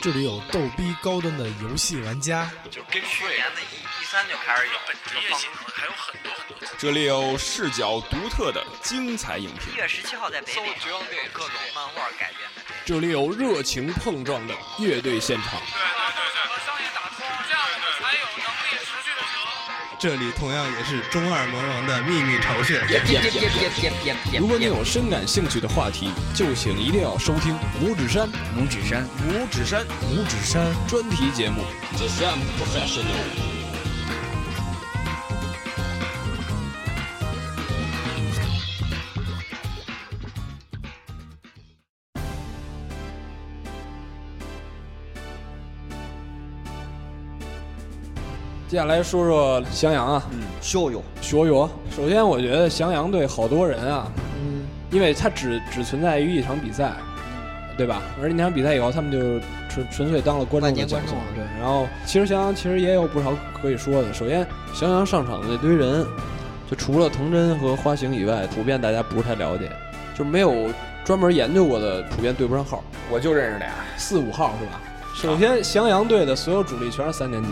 这里有逗逼高端的游戏玩家，就跟去年的一一三就开始有本职业技能，还有很多很多。这里有视角独特的精彩影评一，月十七号在北美，绝望电影各种漫画改编的电影。这里有热情碰撞的乐队现场，对对对对，商业打通，这样我们才有能力持续的成长。这里同样也是中二魔王的秘密巢穴。如果你有深感兴趣的话题，就请一定要收听拇指山拇指山，拇指山拇指山。专题节目。接下来说说翔阳啊，秀勇，学友。首先，我觉得翔阳队好多人啊，嗯，因为它只只存在于一场比赛，嗯对吧？而那场比赛以后，他们就纯纯粹当了观众万的年角观色众。对，然后其实翔阳其实也有不少可以说的。首先，翔阳上场的那堆人，就除了藤真和花形以外，普遍大家不是太了解，就没有专门研究过的，普遍对不上号。我就认识俩，啊四五号是吧？首先，翔阳队的所有主力全是三年级，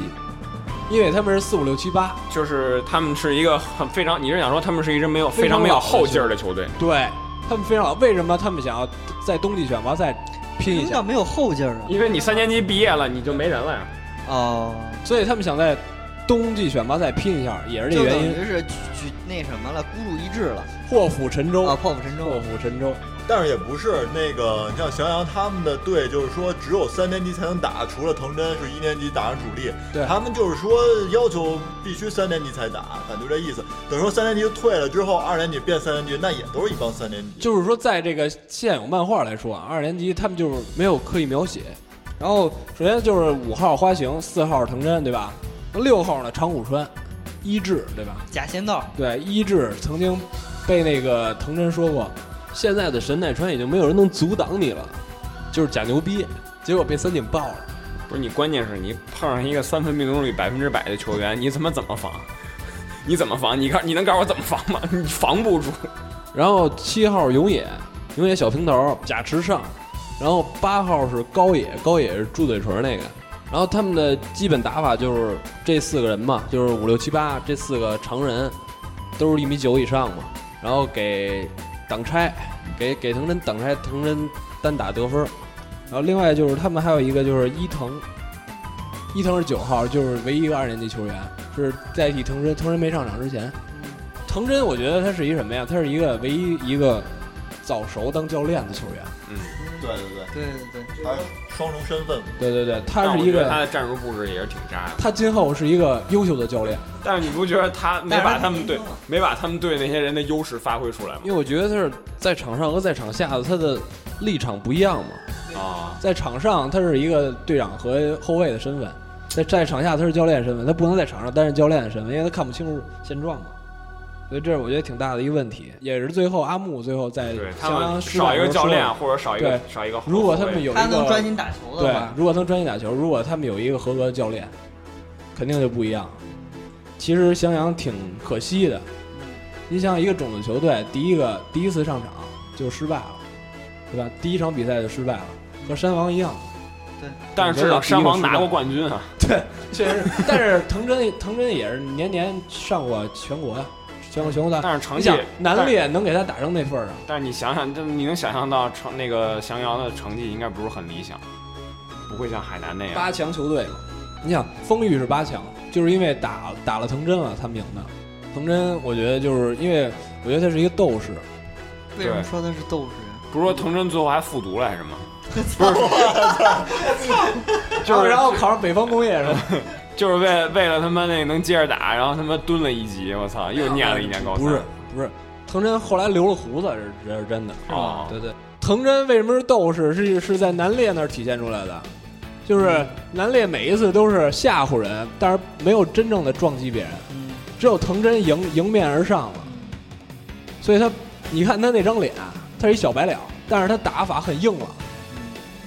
因为他们是四五六七八，就是他们是一个很非常，你是想说他们是一支没有非常非常没有老的后劲儿的球队？对他们非常好。为什么他们想要在冬季选拔赛拼一领下导？没有后劲儿啊。因为你三年级毕业了，你就没人了呀。哦，所以他们想在冬季选拔赛拼一下，也是这就原等因。于是举举那什么了，孤注一掷了破釜沉舟，啊，破釜沉破舟。釜沉舟。但是也不是那个，你像翔阳他们的队，就是说只有三年级才能打，除了藤真是一年级打上主力，对他们就是说要求必须三年级才打，感觉这意思。等于说三年级退了之后，二年级变三年级，那也都是一帮三年级。就是说，在这个现有漫画来说啊，二年级他们就是没有刻意描写。然后，首先就是五号花形，四号藤真，对吧？六号呢长谷川，一志，对吧？假仙道，对，一志曾经被那个藤真说过，现在的神奈川已经没有人能阻挡你了，就是假牛逼。结果被三井爆了。不是你，关键是你碰上一个三分命中率百分之百的球员，你怎么怎么防？ 你怎么防？你告你能告诉我怎么防吗？你防不住。然后七号永野，永野小平头，假池上，然后八号是高野，高野是猪嘴唇那个。然后他们的基本打法就是这四个人嘛，就是五六七八这四个常人，都是一米九以上嘛。然后给挡拆，给给藤真挡拆，藤真单打得分。然后另外就是他们还有一个就是伊藤，伊藤是九号，就是唯一一个二年级球员，是代替藤真，藤真没上场之前。藤真，我觉得他是一什么呀？他是一个唯一一个早熟当教练的球员。嗯对对对对对，对，他双重身份嘛。对对对，他但是我一觉得他个，的战术布置也是挺渣的。他今后是一个优秀的教练，但是你不觉得他没但是把他他们没队用啊没把他们队那些人的优势发挥出来吗？因为我觉得他是在场上和在场下的他的立场不一样嘛。啊，在场上他是一个队长和后卫的身份，在在场下他是教练身份，他不能在场上担任教练的身份，因为他看不清楚现状嘛。所以这是我觉得挺大的一个问题，也是最后阿木最后在对他相当们少一个教练，或者少一个对少一个后卫。如果他们有一他个能专心打球对的话，，如果他能专心打球，如果他们有一个合格的教练，肯定就不一样。其实翔阳挺可惜的，嗯你想一个种子球队，第一个第一次上场就失败了，对吧？第一场比赛就失败了，和山 王一样。但是至少山王拿过冠军啊。对，确实。但是藤真藤真也是年年上过全国呀，全国全国大。但是成你绩想，南但是烈能给他打成那份儿上，但是你想想，这你能想象到成那个翔阳的成绩应该不是很理想，不会像海南那样。八强球队嘛。你想，丰裕是八强，就是因为打打了藤真了，他们赢的。藤真，我觉得就是因为我觉得他是一个斗士，为什么说他是斗士？啊不是说藤真最后还复读了还是 吗？就是 然后考上北方工业是吧？就是为为了他妈那能接着打，然后他妈蹲了一级，我操，又念了一年高三。不是不是，藤真后来留了胡子，这这是真的。哦，对对，藤真为什么是斗士？是是在南烈那儿体现出来的，就是嗯南烈每一次都是吓唬人，但是没有真正的撞击别人，嗯，只有藤真迎迎面而上了。所以他，你看他那张脸，啊他是一小白脸，但是他打法很硬朗。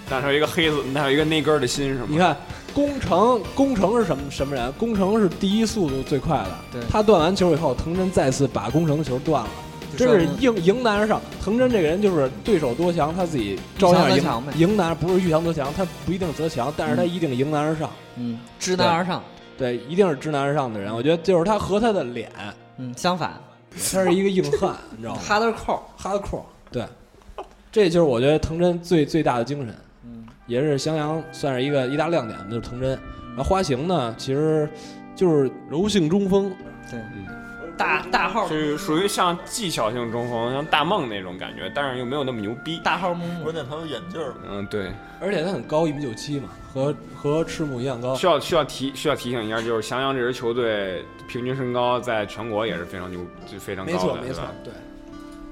但是有一个黑子，但是有一个内根儿的心是吗？你看，宫城宫城是什么什么人？啊宫城是第一速度最快的。对他断完球以后，藤真再次把宫城的球断了，真是硬迎难而上。藤真这个人就是对手多强，他自己照样遇迎强则强呗迎难，不是遇强则强，他不一定则强，但是他一定迎难而上。嗯，知难而上，对，一定是知难而上的人。我觉得就是他和他的脸，嗯，相反他是一个硬汉，你知道吗？ ，hard core，哈克扣，对，这就是我觉得藤真最最大的精神，嗯，也是襄阳算是一个一大亮点吧，就是藤真。嗯然后花形呢，其实就是柔性中锋，对，大大号是属于像技巧性中锋，像大梦那种感觉，但是又没有那么牛逼。大号木木，关键他有眼镜儿嘛，嗯，对，而且他很高，一米九七嘛，和和赤木一样高需。要需要提需要提醒一下，就是襄阳这支球队平均身高在全国也是非常牛，就非常没高错，的，没对错吧？，对，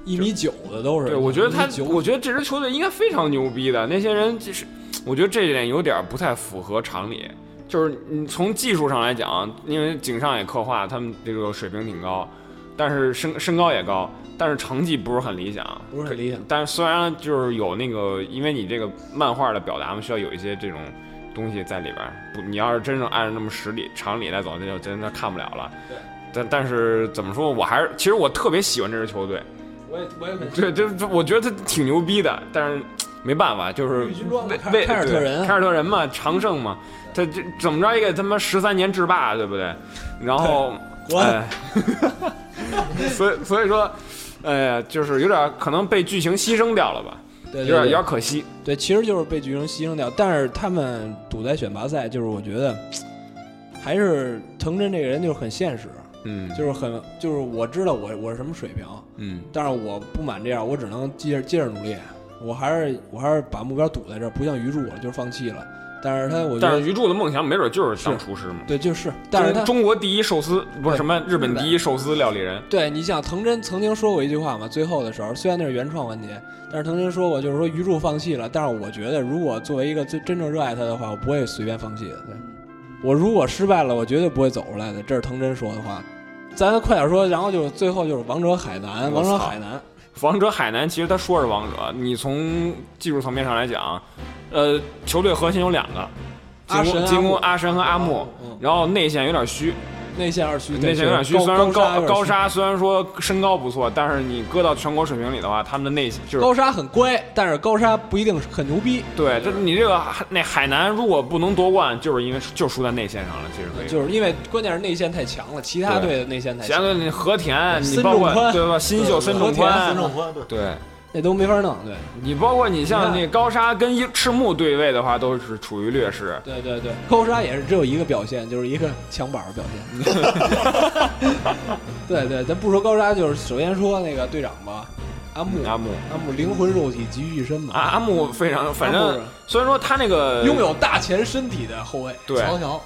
一米九的都是。对，我觉得他1.9，我觉得这支球队应该非常牛逼的。那些人就是，我觉得这一点有点不太符合常理。就是你从技术上来讲，因为井上也刻画他们这个水平挺高，但是身身高也高，但是成绩不是很理想。不是很理想。但是虽然就是有那个，因为你这个漫画的表达嘛，需要有一些这种东西在里边儿。不，你要是真正按照那么实理常理来走，那就真的看不了了。对。但但是怎么说，我还是其实我特别喜欢这支球队。我也我也很对，这这我觉得他挺牛逼的，但是没办法，就是绿军装的为凯为凯尔特人啊对凯尔特人嘛，常胜嘛，他这怎么着也得他妈十三年制霸，对不对？然后，滚哎， 所以所以说，哎呀，就是有点可能被剧情牺牲掉了吧，对有对点有对点可惜。对，其实就是被巨人牺牲掉。但是他们赌在选拔赛，就是我觉得还是藤真这个人就是很现实，嗯，就是很就是我知道我我是什么水平，嗯，但是我不满这样，我只能接着接着努力。我还是我还是把目标堵在这儿，不像鱼柱我就是放弃了。但是他我觉但得是鱼柱的梦想没准就是当是厨师嘛。对就是，但是中他中国第一寿司不是对什么日本日本第一寿司料理人，对你想藤真曾经说过一句话嘛，最后的时候虽然那是原创环节，但是藤真说过就是说鱼柱放弃了，但是我觉得如果作为一个最真正热爱他的话，我不会随便放弃的。对我如果失败了，我绝对不会走出来的，这是藤真说的话。咱快点说，然后就是最后就是王者海南，我王操者海南。王者海南其实他说是王者，你从技术层面上来讲，呃，球队核心有两个，阿进攻神阿进攻木阿神和阿木，嗯，然后内线有点虚，内线二区，内线有点虚。高虽然高高高沙沙虽然说身高不错，但是你搁到全国水平里的话，他们的内线就是高沙很乖，但是高沙不一定很牛逼，对，就是你这个海那海南如果不能夺冠，就是因为就输在内线上了，其实可以。就是因为关键是内线太强了，其他哎对队的内线太其他强，的你和田，你森包重宽括对吧？新秀对森重和田宽孙，正欢对，对那都没法弄。对，你包括你像你那高沙跟一赤木对位的话，都是处于劣势。对对对，高沙也是只有一个表现，就是一个抢板儿表现。 对对，咱不说高沙，就是首先说那个队长吧，阿木，嗯阿木，啊阿木灵魂肉体集于一身嘛，阿阿木非常，反阿木正虽然说他那个拥有大前身体的后卫，对，乔乔，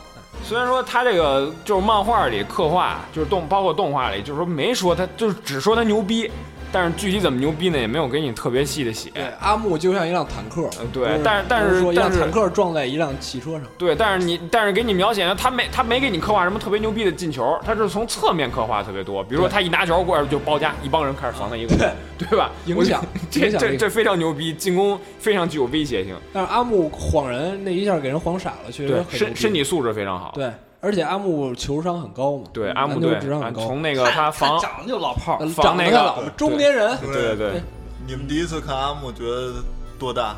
虽然说他这个就是漫画里刻画，就是动包括动画里，就是说没说他，就是只说他牛逼，但是具体怎么牛逼呢，也没有给你特别细的写。对，阿木就像一辆坦克，哎呃对不但是但不是说一辆但是坦克撞在一辆汽车上，对，但是你但是给你描写呢，他没他没给你刻画什么特别牛逼的进球，他是从侧面刻画特别多，比如说对他一拿球过来就包夹，一帮人开始防他一个，对 对吧？影响我影这响这力这非常牛逼，进攻非常具有威胁性，但是阿木晃人那一下给人晃傻了，确实对很牛身逼身体素质非常好，对，而且阿木球商很高嘛，啊对阿木篮球对智商，啊很高，从那个他 防长得就老炮儿，呃防长那得个老嘛中年人，对对对，你们第一次看阿木觉得多大？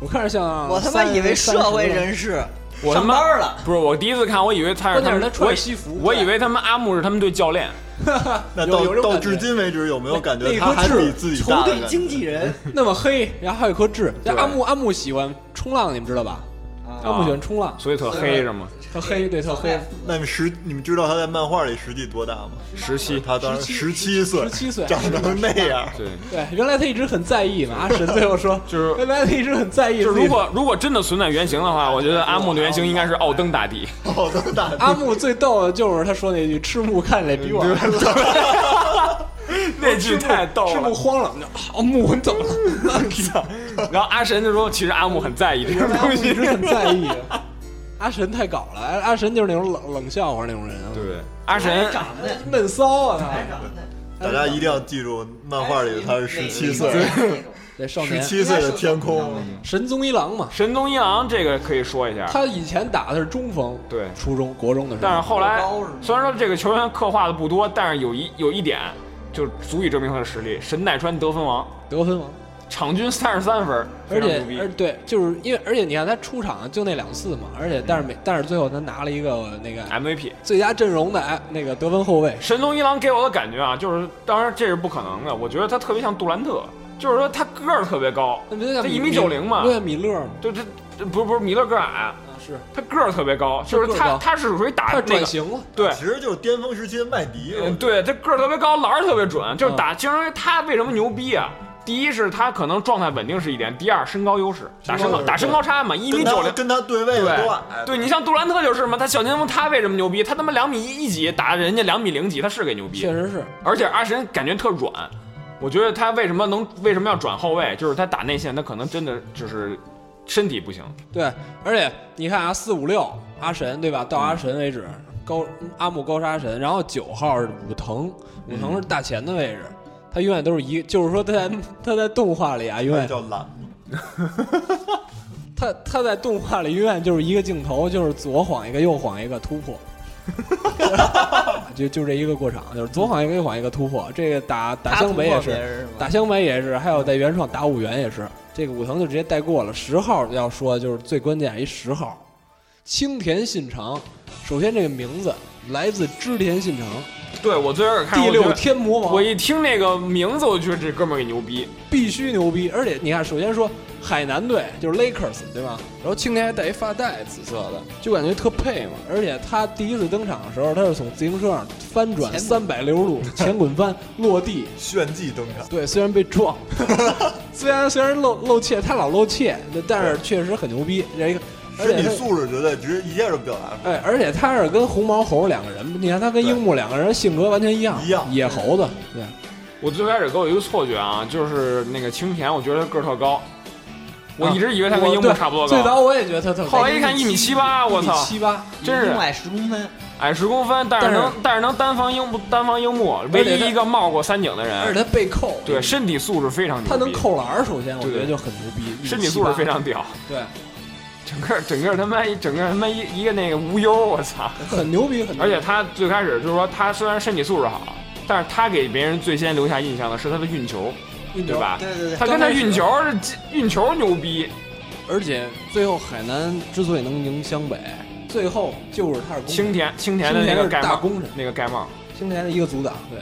我看着像我他妈以为三十社会了人士我他上妈班儿了，不是我第一次看，我以为他是关键他是们他穿着西服，我以为他们阿木是他们队教练，那有有这种到到感觉至今为止有没有感那觉那他颗还痣比自己球大的队感觉？经纪人那么黑，然后还有一颗痣。对这阿木阿木喜欢冲浪，你们知道吧？啊阿木喜欢冲浪，啊所以特黑是吗？特黑，对，特黑，那你们实你们知道他在漫画里实际多大吗？十七，他当时十七岁，十七岁。长成那样。对，对，原来他一直很在意嘛。阿神最后说，就是原来他一直很在意自己。就是如果如果真的存在原型的话，我觉得阿木的原型应该是奥登大 帝。好多大阿木最逗的就是他说那句“赤木看起来比我儿子大”，那句太逗赤木了。慌了，阿木你怎么了？ 然后阿神就说，其实阿木很在意这个 阿木东一西直。很在意。阿神太搞了，阿阿神就是那种冷冷笑话那种人啊， 对，阿神长得闷骚啊他。大家一定要记住，漫画里他是十七哎岁，啊对少十年七岁的天空。神宗一郎嘛，神宗一郎这个可以说一下，他以前打的是中锋，啊对初中国中的时候。但是后来高是吗虽然说这个球员刻画的不多，但是有一有一点，就足以证明他的实力。神奈川得分王，得分王。场均三十三分，非而常且牛逼而对，就是因为而且你看他出场啊就那两次嘛，而且但嗯是每但是最后他拿了一个那个 MVP。最佳阵容的哎那个得分后卫，神龙一郎给我的感觉啊，就是当然这是不可能的，我觉得他特别像杜兰特，就是说他个儿特别高，那不就像这米一米九零嘛不就像米勒吗？就这这不是不是米勒个儿矮，啊，是他个儿特别高，就是个儿他高他是属于打他那转个型了，对。其实就是巅峰时期的麦迪，嗯，对，这个儿特别高，篮儿特别准，就是嗯打。就是因为他为什么牛逼啊？第一是他可能状态稳定是一点，第二身高优势，打身身高高优势打身高差嘛，一米跟九他零。跟他对位的多矮，哎对，对你像杜兰特就是嘛，他小前锋他为什么牛逼？他他妈两米一几打人家两米零几，他是给牛逼确。实是而且阿神感觉特软，我觉得他为什么能为什么要转后卫？就是他打内线，他可能真的就是身体不行。对，而且你看啊，四五六阿神对吧？到阿神为止，高阿姆高沙神，然后九号是武藤，武藤是大前的位置，他永远都是一，就是说他在他在动画里啊，永他远叫懒。他他在动画里永远就是一个镜头，就是左晃一个，右晃一个突 破，就就这一个过场，就是左晃一个，右晃一个突破。这个打打他突湘破北也别是，人打吧湘北也是，还有在原创打五元也是，这个武藤就直接带过了。十号要说就是最关键一十号，青田信长。首先这个名字来自织田信长，对我最开始看第我觉六得天魔王。我一听那个名字，我就觉得这哥们儿给牛逼。必须牛逼。而且你看，首先说海南队就是 Lakers 对吧？然后青年还带一发带，紫色的，就感觉特配嘛。而且他第一次登场的时候，他是从自行车上翻转三百六十度前滚 翻落地。炫技登场，对，虽然被撞，虽然虽然漏漏怯，他老漏怯，但是确实很牛逼。这一个，而身且体他素质绝对直接一下就表达出哎，而且他是跟红毛猴两个人，你看他跟对樱木两个人性格完全一样，一样野猴子。对，我最开始给我一个错觉啊，就是那个青田，我觉得他个儿特高，我一直以为他跟我樱木对差不多最高。早我也觉得他特高，后来一看一米七八，我一米操，七八，真是另外十公分，矮十公分，但是但是能但是能单防樱木单防樱木，唯而且他一一个冒过三井的而人。且他被扣，对，身体素质非常牛逼，他能扣篮儿，首先我对觉得就很牛逼，身体素质非常屌。对，整个整个他妈一整个他妈一一个那个无忧，我操！很牛逼，很牛而逼且他最开始就是说，他虽然身体素质好，但是他给别人最先留下印象的是他的运球，运对球？吧？对对对，他跟他运球是运球牛逼，而且最后海南之所以能赢湘北，最后就是他是攻青田青田的青那田个是盖大帽，功臣，那个盖帽，青田的一个阻挡，对，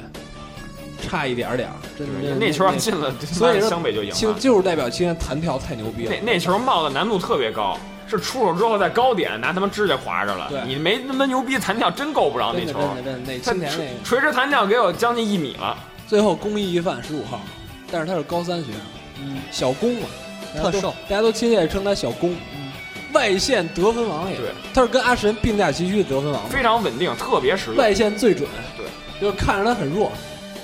差一点儿点儿，真对的那球要进了，所以说湘北就赢青了。就是代表青田弹跳太牛逼了那，那球帽的难度特别高，是出手之后在高点拿他妈指甲划着了对，你没那么牛逼弹跳真够不着那真的球。真的真的那他青田那垂个垂直弹跳给我将近一米了，最后公益一犯十五号，但是他是高三学生，嗯，小公嘛，大家都特瘦，大家都亲切称他小公。外线得分王也是嗯对，他是跟阿神并驾齐驱的得分王嘛。非常稳定，特别实用。外线最准，对，就是看着他很弱，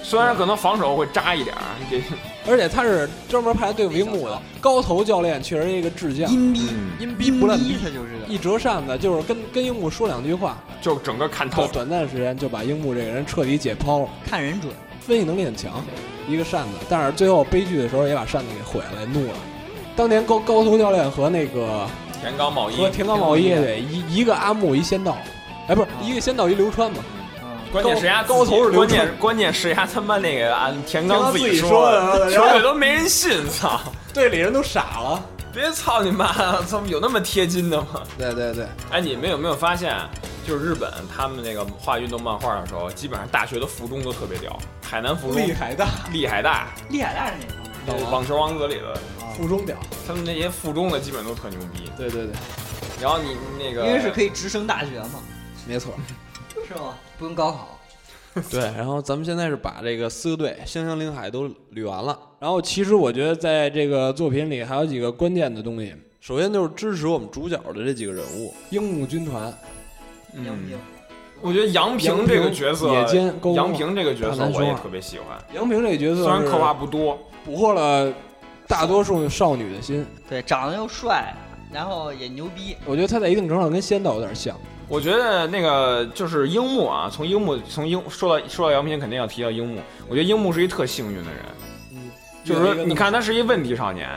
虽然可能防守会扎一点儿，这而且他是专门派来对付樱木的高头教练，确实一个智将，阴逼阴逼阴不烂逼逼，，他就是个一折扇子就是跟跟樱木说两句话， 就整个看透短了。短暂时间就把樱木这个人彻底解剖了，看人准，分析能力很强，一个扇子，但是最后悲剧的时候也把扇子给毁了，怒了。当年高高头教练和那个田刚茂一，和田刚茂一对一一个阿木一仙道，哎，不是一个仙道一流川嘛，嗯关键是人家高自己头是流关川键关键是人家他妈那个按田刚田刚己自己说的， 的球队都没人信，操！队里人都傻了。别操你妈！操，有那么贴金的吗？对对对，哎，你们有没有发现，就是日本他们那个画运动漫画的时候，基本上大学的附中都特别屌，海南附中厉、害嗯大，厉海大、厉害大是哪方面？网球王子里的，附中屌，他们那些附中的基本都特牛逼。对对对，然后你那个因为是可以直升大学嘛，没错。是吗？不用高考，对，然后咱们现在是把这个四个队香香林海都捋完了。然后其实我觉得在这个作品里还有几个关键的东西，首先就是支持我们主角的这几个人物：樱木军团、牛逼嗯，。我觉得杨平这个角色，野间沟杨平这个角色大男我生也啊特别喜欢，杨平这个角色虽然是刻画不多，捕获了大多数少女的心。对，长得又帅，然后也牛逼，我觉得他在一定程度上跟仙道有点像，我觉得那个就是樱木啊，从樱木从樱说到说到杨平，肯定要提到樱木。我觉得樱木是一特幸运的人，嗯，就是说你看他是一问题少年，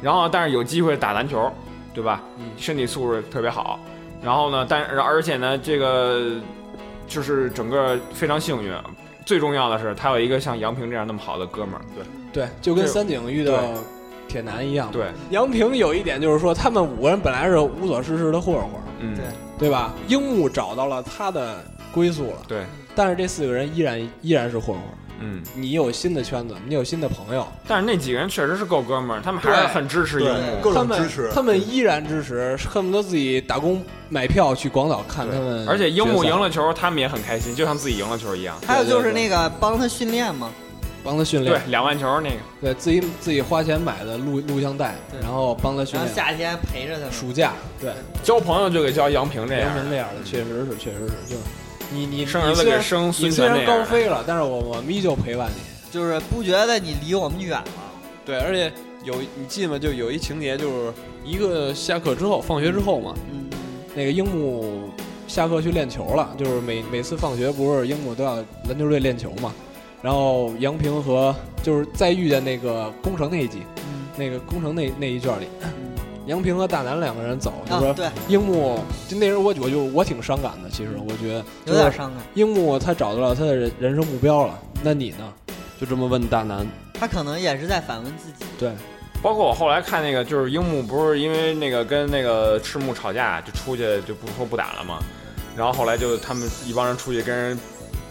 然后但是有机会打篮球，对吧？嗯身体素质特别好，然后呢，但而且呢，这个就是整个非常幸运，最重要的是，他有一个像杨平这样那么好的哥们儿。对，就跟这三井遇到铁男一样。，对，杨平有一点就是说，他们五个人本来是无所事事的混混儿，嗯，对对吧？樱木找到了他的归宿了，对，但是这四个人依然依然是混混儿。嗯。你有新的圈子，你有新的朋友，但是那几个人确实是够哥们儿，他们还是对很支持樱对，木。各他种们支持。他们依然支持，恨不得自己打工买票去广岛看他们。而且樱木赢，了球，他们也很开心，就像自己赢了球一样。还有就是那个帮他训练嘛，帮他训对练，，两万球那个，对自己自己花钱买的录录像带，然后帮他训然后练。夏天陪着他们。暑假对交朋友就给交杨平这杨样。明那样的，确实是，确实是，就是你你生你儿子虽然给生你孙虽权那样然高飞了，但是我我们依旧陪伴你。就是不觉得你离我们远了。对，而且有你记得吗？就有一情节，就是一个下课之后，放学之后嘛，嗯，那个樱木下课去练球了，就是每每次放学不是樱木都要篮球队练球嘛，然后杨平和就是再遇见那个宫城那一集，嗯那个宫城那那一卷里，杨平和大南两个人走，就啊，说对，樱木就那时候我我就我挺伤感的，其实我觉得就有点是伤感。樱木他找到了他的人人生目标了，那你呢？就这么问大南，他可能也是在反问自己。对包括我后来看那个，就是樱木不是因为那个跟那个赤木吵架，就出去就不说不打了嘛。然后后来就他们一帮人出去跟人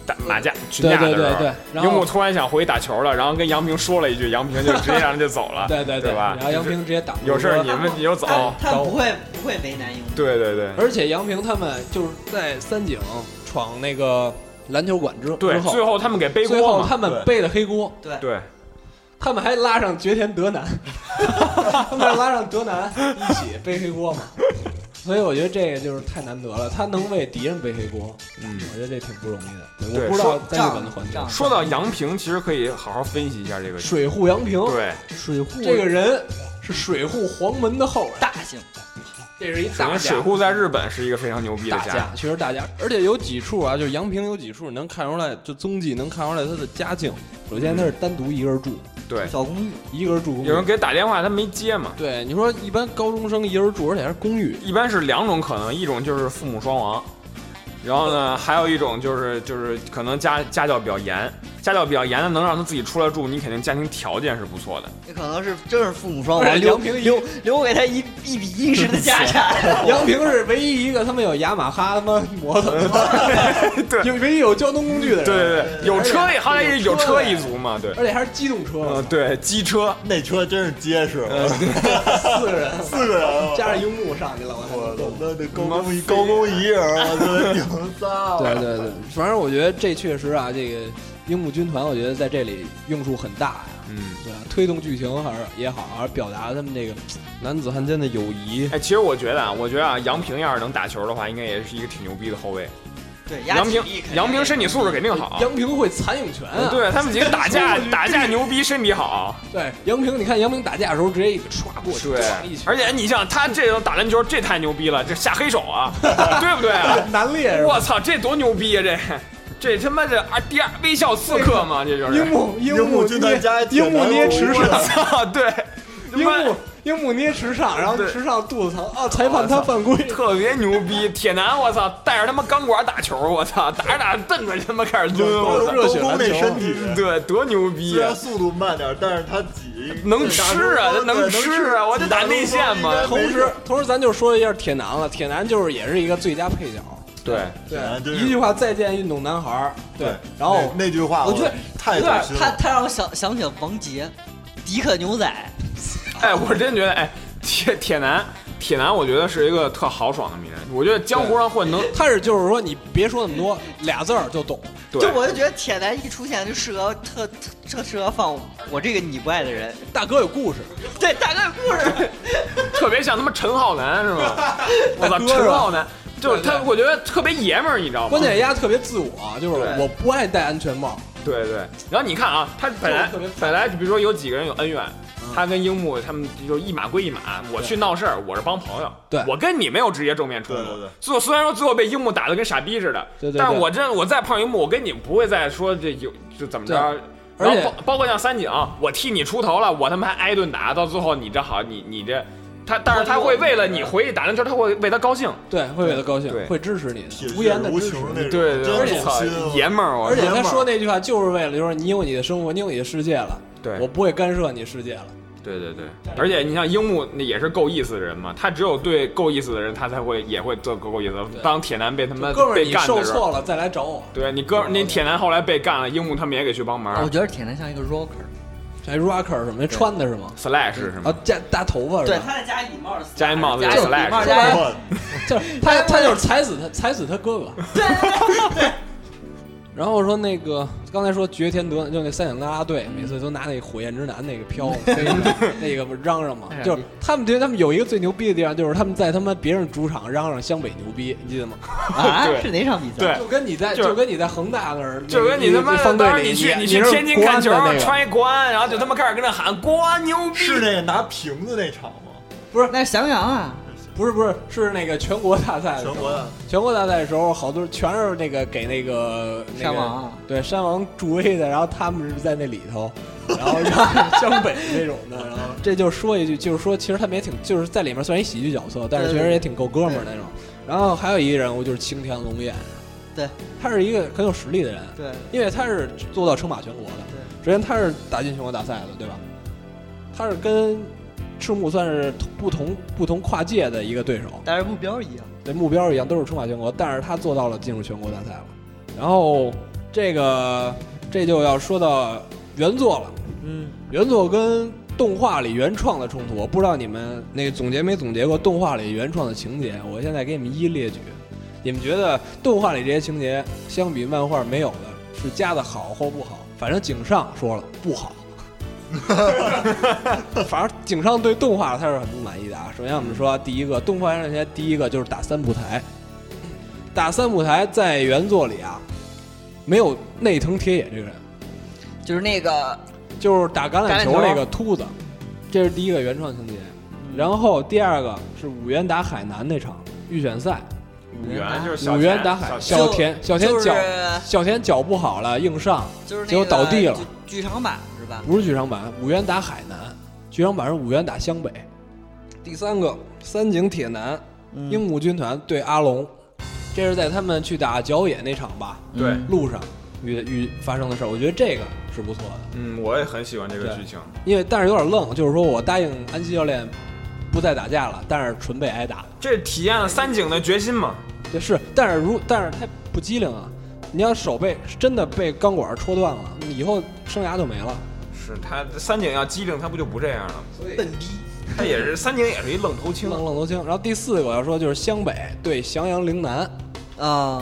打打架群对架的对时对候，对，然樱木后突然想回去打球了，然后跟杨平说了一句，杨平就直接让人家走了。 对对对吧然后杨平直接打有事儿说你们你就走。他他走不会不会为难樱木。对对对而且杨平他们就是在三井闯那个篮球馆之之对，后，最后他们给背最锅后嘛。他们对背了黑锅，对，对，他们还拉上绝田德南， 他们还拉上德南一起背黑锅嘛。所以我觉得这个就是太难得了，他能为敌人背黑锅，嗯。我觉得这挺不容易的。对对我不知道说在日本的环境仗，说到杨平，其实可以好好分析一下这个。水户洋平对，水户这个人是水户黄门的后人，大型，这是一首大先家水。户在日本是一个非常牛逼的大家家，确实大家，而且有几处啊，就是杨平有几处能看出来，就踪迹能看出来他的家境。首先他是单独一个人住，对，小公寓，一个人住公有人寓，给打电话，他没接嘛。对，你说一般高中生一人住，而且还是公寓，一般是两种可能，一种就是父母双亡，然后呢，还有一种就是就是可能家家教比较严，家教比较严的能让他自己出来住，你肯定家庭条件是不错的。这可能是真是父母双而且亡，留杨平一留留给他一一笔殷实的家产。 杨平是唯一一个他妈有雅马哈他妈摩托的， 对有唯一有交通工具的人，对对对，有车也好歹也有车一族嘛，对，而且还是机动车，嗯对，机车，那车真是结实，呃 四个人四个人啊，加上樱木上去了，我操！我操，那得高工一高工一人啊，这顶仨。 对对对，反正我觉得这确实啊，这个樱木军团，我觉得在这里用处很大啊呀，嗯。对吧？推动剧情还是也好，还是表达他们这个男子汉间的友谊。哎，其实我觉得啊，我觉得啊，杨平要是能打球的话，应该也是一个挺牛逼的后卫。对，压杨体平力肯，定杨平也身体素质肯定好。杨平会残影拳啊，嗯对他们几个打 架，打架牛逼，身体好。对，杨平，你看杨平打架的时候直接一个歘过去，对歘一，拳，而且你像他这种打篮球，这太牛逼了，这下黑手 啊，对不对啊？难烈是吧？我操，这多牛逼呀、这这他妈这二第二微笑刺客嘛，这就是樱。木樱木木军团捏加樱木捏池我上， 操，对，他樱妈木樱木捏池上，然后对池上肚子疼啊，裁判他犯规，特别牛逼。铁男，我操，带着他妈钢管打球，我操，打着打着凳子他妈开始抡，我高操，热血工篮那球身体，对，多牛逼啊啊虽呀、然速度慢点，但是他挤 能吃啊对他能对吃啊我得打内线嘛应该同没时，同时咱就说一下铁男了，铁男就是也是一个最佳配角。对，男真对，是一句话再见运动男孩儿。对，然后那那句话我觉得太有点恶儿心他了。他让我想想起了王杰，迪克牛仔， 哎，我真觉得，哎，铁铁男，铁男，我觉得是一个特豪爽的名人。我觉得江湖上混能，他是就是说你别说那么多，俩字儿就懂。对就，我就觉得铁男一出现就适合特特特适合放我这个你不爱的人。大哥有故事，对，大概故 事特别像他妈陈浩南是 吗？我操，大哥是吧陈浩南就是他对，对我觉得特别爷们儿，你知道吗？关键丫特别自我，啊就是啊对我不爱戴安全帽。对对，然后你看啊，他本来特别嗯烦本来比如说有几个人有恩怨，他跟樱木他们就一码归一码，我去闹事儿，我是帮朋友，对我跟你没有直接正面冲突，对对对最后虽然说最后被樱木打得跟傻逼似的，对对对但是我真我再碰上樱木，我跟你不会再说这有就怎么着。对而且然后包包括像三井，我替你出头了，我他妈还挨顿打，到最后你这好，你你这，他但是他会为了你回去打篮球，他会为他高兴。对，会为他高兴对，会支持你铁的，无言血的无支持情你。那种，对真对，我走操心，爷们儿，我而且爷他们儿说那句话就是为了，就是你有你的生活，你有你的世界了，对我不会干涉你世界了。对对对，而且你像樱木那也是够意思的人嘛，他只有对够意思的人，他才会也会做够够意思的。当铁男被他们哥们儿，被你干受的时候，挫了再哦来找我。对你哥那铁男后来被干了，樱木他们也给去帮我哦忙。觉得铁男像一个 rocker，这 rocker 什么？那穿的是吗？ Slash 是什么啊？，加大头发是对，吧？他在加一礼帽，加一帽子加就一是礼帽 slash 加一哇就是他他就是踩死他踩死他哥哥。对。然后说那个刚才说绝天德就那三井拉拉队，每次都拿那火焰之男那个飘， 那个那个不是嚷嚷嘛哎，呀就是他们觉得他们有一个最牛逼的地方，就是他们在他妈别人主场嚷嚷湘北牛逼，你记得吗？啊对，是哪场比赛？对就跟你在就是就跟你在恒大那儿，就跟你那他妈方当队时里你去你去是天津国看安球的那，个穿一国安，然后就他妈开始跟那喊国安牛逼，是那个拿瓶子那场吗？那是翔阳啊，不是不是是那个全国大赛的时全候，国的全国大赛的时候，好多全是那个给那个那个山王啊对山王助威的，然后他们是在那里头，然后 让湘北那种的，然后这就说一句，就是说其实他们也挺，就是在里面虽然一喜剧角色，但是对确对实也挺够哥们儿那种。然后还有一个人物就是青田龙彦，对，他是一个很有实力的人，对，因为他是做到称霸全国的，首先他是打进全国大赛的，对吧？他是跟赤木算是同不同不同跨界的一个对手，但是目标一样。对目标一样，都是冲法全国，但是他做到了进入全国大赛了。然后这个这就要说到原作了，嗯，原作跟动画里原创的冲突，我不知道你们那个总结没总结过动画里原创的情节，我现在给你们一一列举。你们觉得动画里这些情节相比漫画没有的，是加的好或不好？反正井上说了不好。反正井上对动画他是很不满意的啊。首先我们说第一个，动画上先第一个就是打三步台，打三步台在原作里啊，没有内藤铁也这个人，就是那个就是打橄榄橄球榄球那个秃子，这是第一个原创情节。然后第二个是五元打海南那场预选赛，五啊元就是小五元打钱海小钱小田小田就是脚小田脚不好了硬上，就是那个结果倒地了剧，剧场版是吧？不是剧场版，五元打海南，剧场版是五元打湘北。第三个三井铁男樱木军团对阿龙，这是在他们去打角野那场吧？对，路上遇遇发生的事儿，我觉得这个是不错的。嗯，我也很喜欢这个对剧情。因为但是有点愣，就是说我答应安西教练不再打架了，但是纯被挨打。这体验了三井的决心嘛？也是，但是如但是他不机灵啊，你要手被真的被钢管戳断了，你以后生涯就没了。是他三井要机灵，他不就不这样了吗？笨逼，他也是三井也是一愣头青。愣愣头青。然后第四个我要说就是湘北对襄阳陵南啊，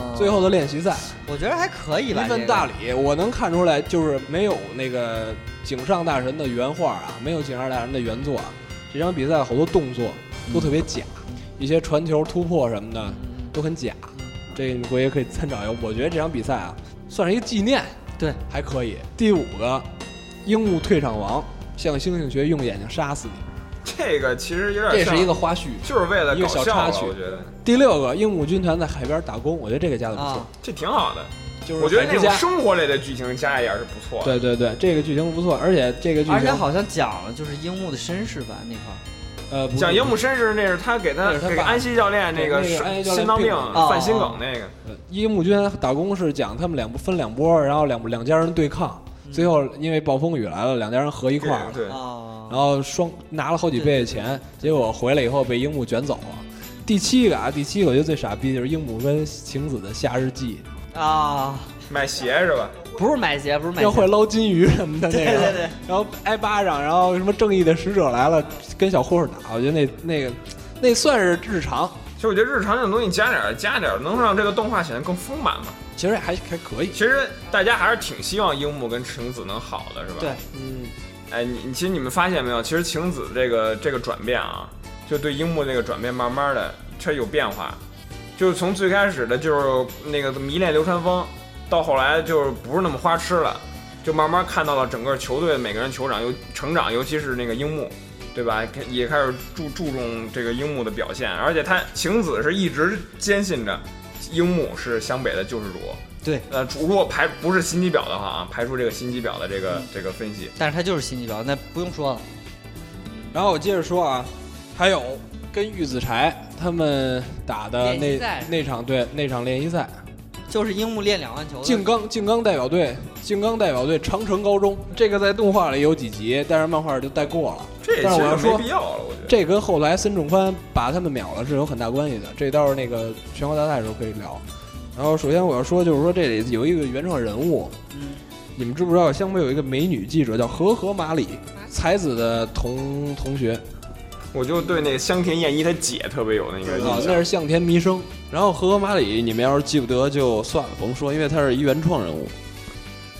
嗯最后的练习赛，我觉得还可以哦一吧，这分个大理，我能看出来就是没有那个井上大神的原画啊，没有井上大神的原作啊，这场比赛好多动作都特别假，一些传球突破什么的都很假。这个你们回去可以参照一下。我觉得这场比赛啊，算是一个纪念，对，还可以。第五个，樱木退场王向猩猩学用眼睛杀死你，这个其实有这点像，是一个花絮。就是为了一个搞小笑插吧曲我觉得第六个，樱木军团在海边打工，我觉得这个加的不错啊，，这挺好的。就是我觉得嗯海那之种家。生活类的剧情加一点是不错的。对对对，这个剧情不错，而且这个剧情而且好像讲了就是樱木的身世吧那块儿，呃，不是讲樱木绅士那是他给他那是他给爸安西教练那个对那个安西教练心脏病病了哦犯心梗那个，呃樱木军打工是讲他们两分两波，然后两两家人对抗，最后因为暴风雨来了，两家人合一块儿了，哦对，啊，然后双拿了好几倍的钱，结果回来以后被樱木卷走了。第七个啊，第七个我觉得最傻逼就是樱木跟晴子的夏日记，啊，买鞋是吧？不是买鞋，不是买要会鞋，捞金鱼什么的那个，对对对然后挨巴掌，然后什么正义的使者来了，跟小混混打，我觉得那那个那算是日常，其实我觉得日常这种东西加点儿加点儿，能让这个动画显得更丰满嘛。其实还还可以。其实大家还是挺希望樱木跟晴子能好的，是吧？对，嗯，哎，你你其实你们发现没有？其实晴子这个这个转变啊，就对樱木这个转变，慢慢的它有变化，就是从最开始的就是那个迷恋流川枫，到后来就是不是那么花痴了，就慢慢看到了整个球队每个人球长有成长，尤其是那个樱木，对吧？开也开始注注重这个樱木的表现，而且他晴子是一直坚信着樱木是湘北的救世主。对，呃，如果排不是心机婊的话啊，排除这个心机婊的这个这个分析，但是他就是心机婊，那不用说了，然后我接着说啊，还有跟玉子柴他们打的练那习赛那场对那场练习赛，就是樱木练两万球的静冈静冈代表队，静冈代表队长城高中，这个在动画里有几集，但是漫画就带过了。这但其是我要实没说必要了，我觉得。这跟后来孙仲宽把他们秒了是有很大关系的，这到时候那个全国大赛的时候可以聊。然后首先我要说，就是说这里有一个原创人物，嗯你们知不知道湘北有一个美女记者叫和和麻里，才子的同同学我就对那香田燕一她姐特别有那个啊印，那象。是向田弥生。然后和和马里，你们要是记不得就算了，甭说，因为他是一原创人物。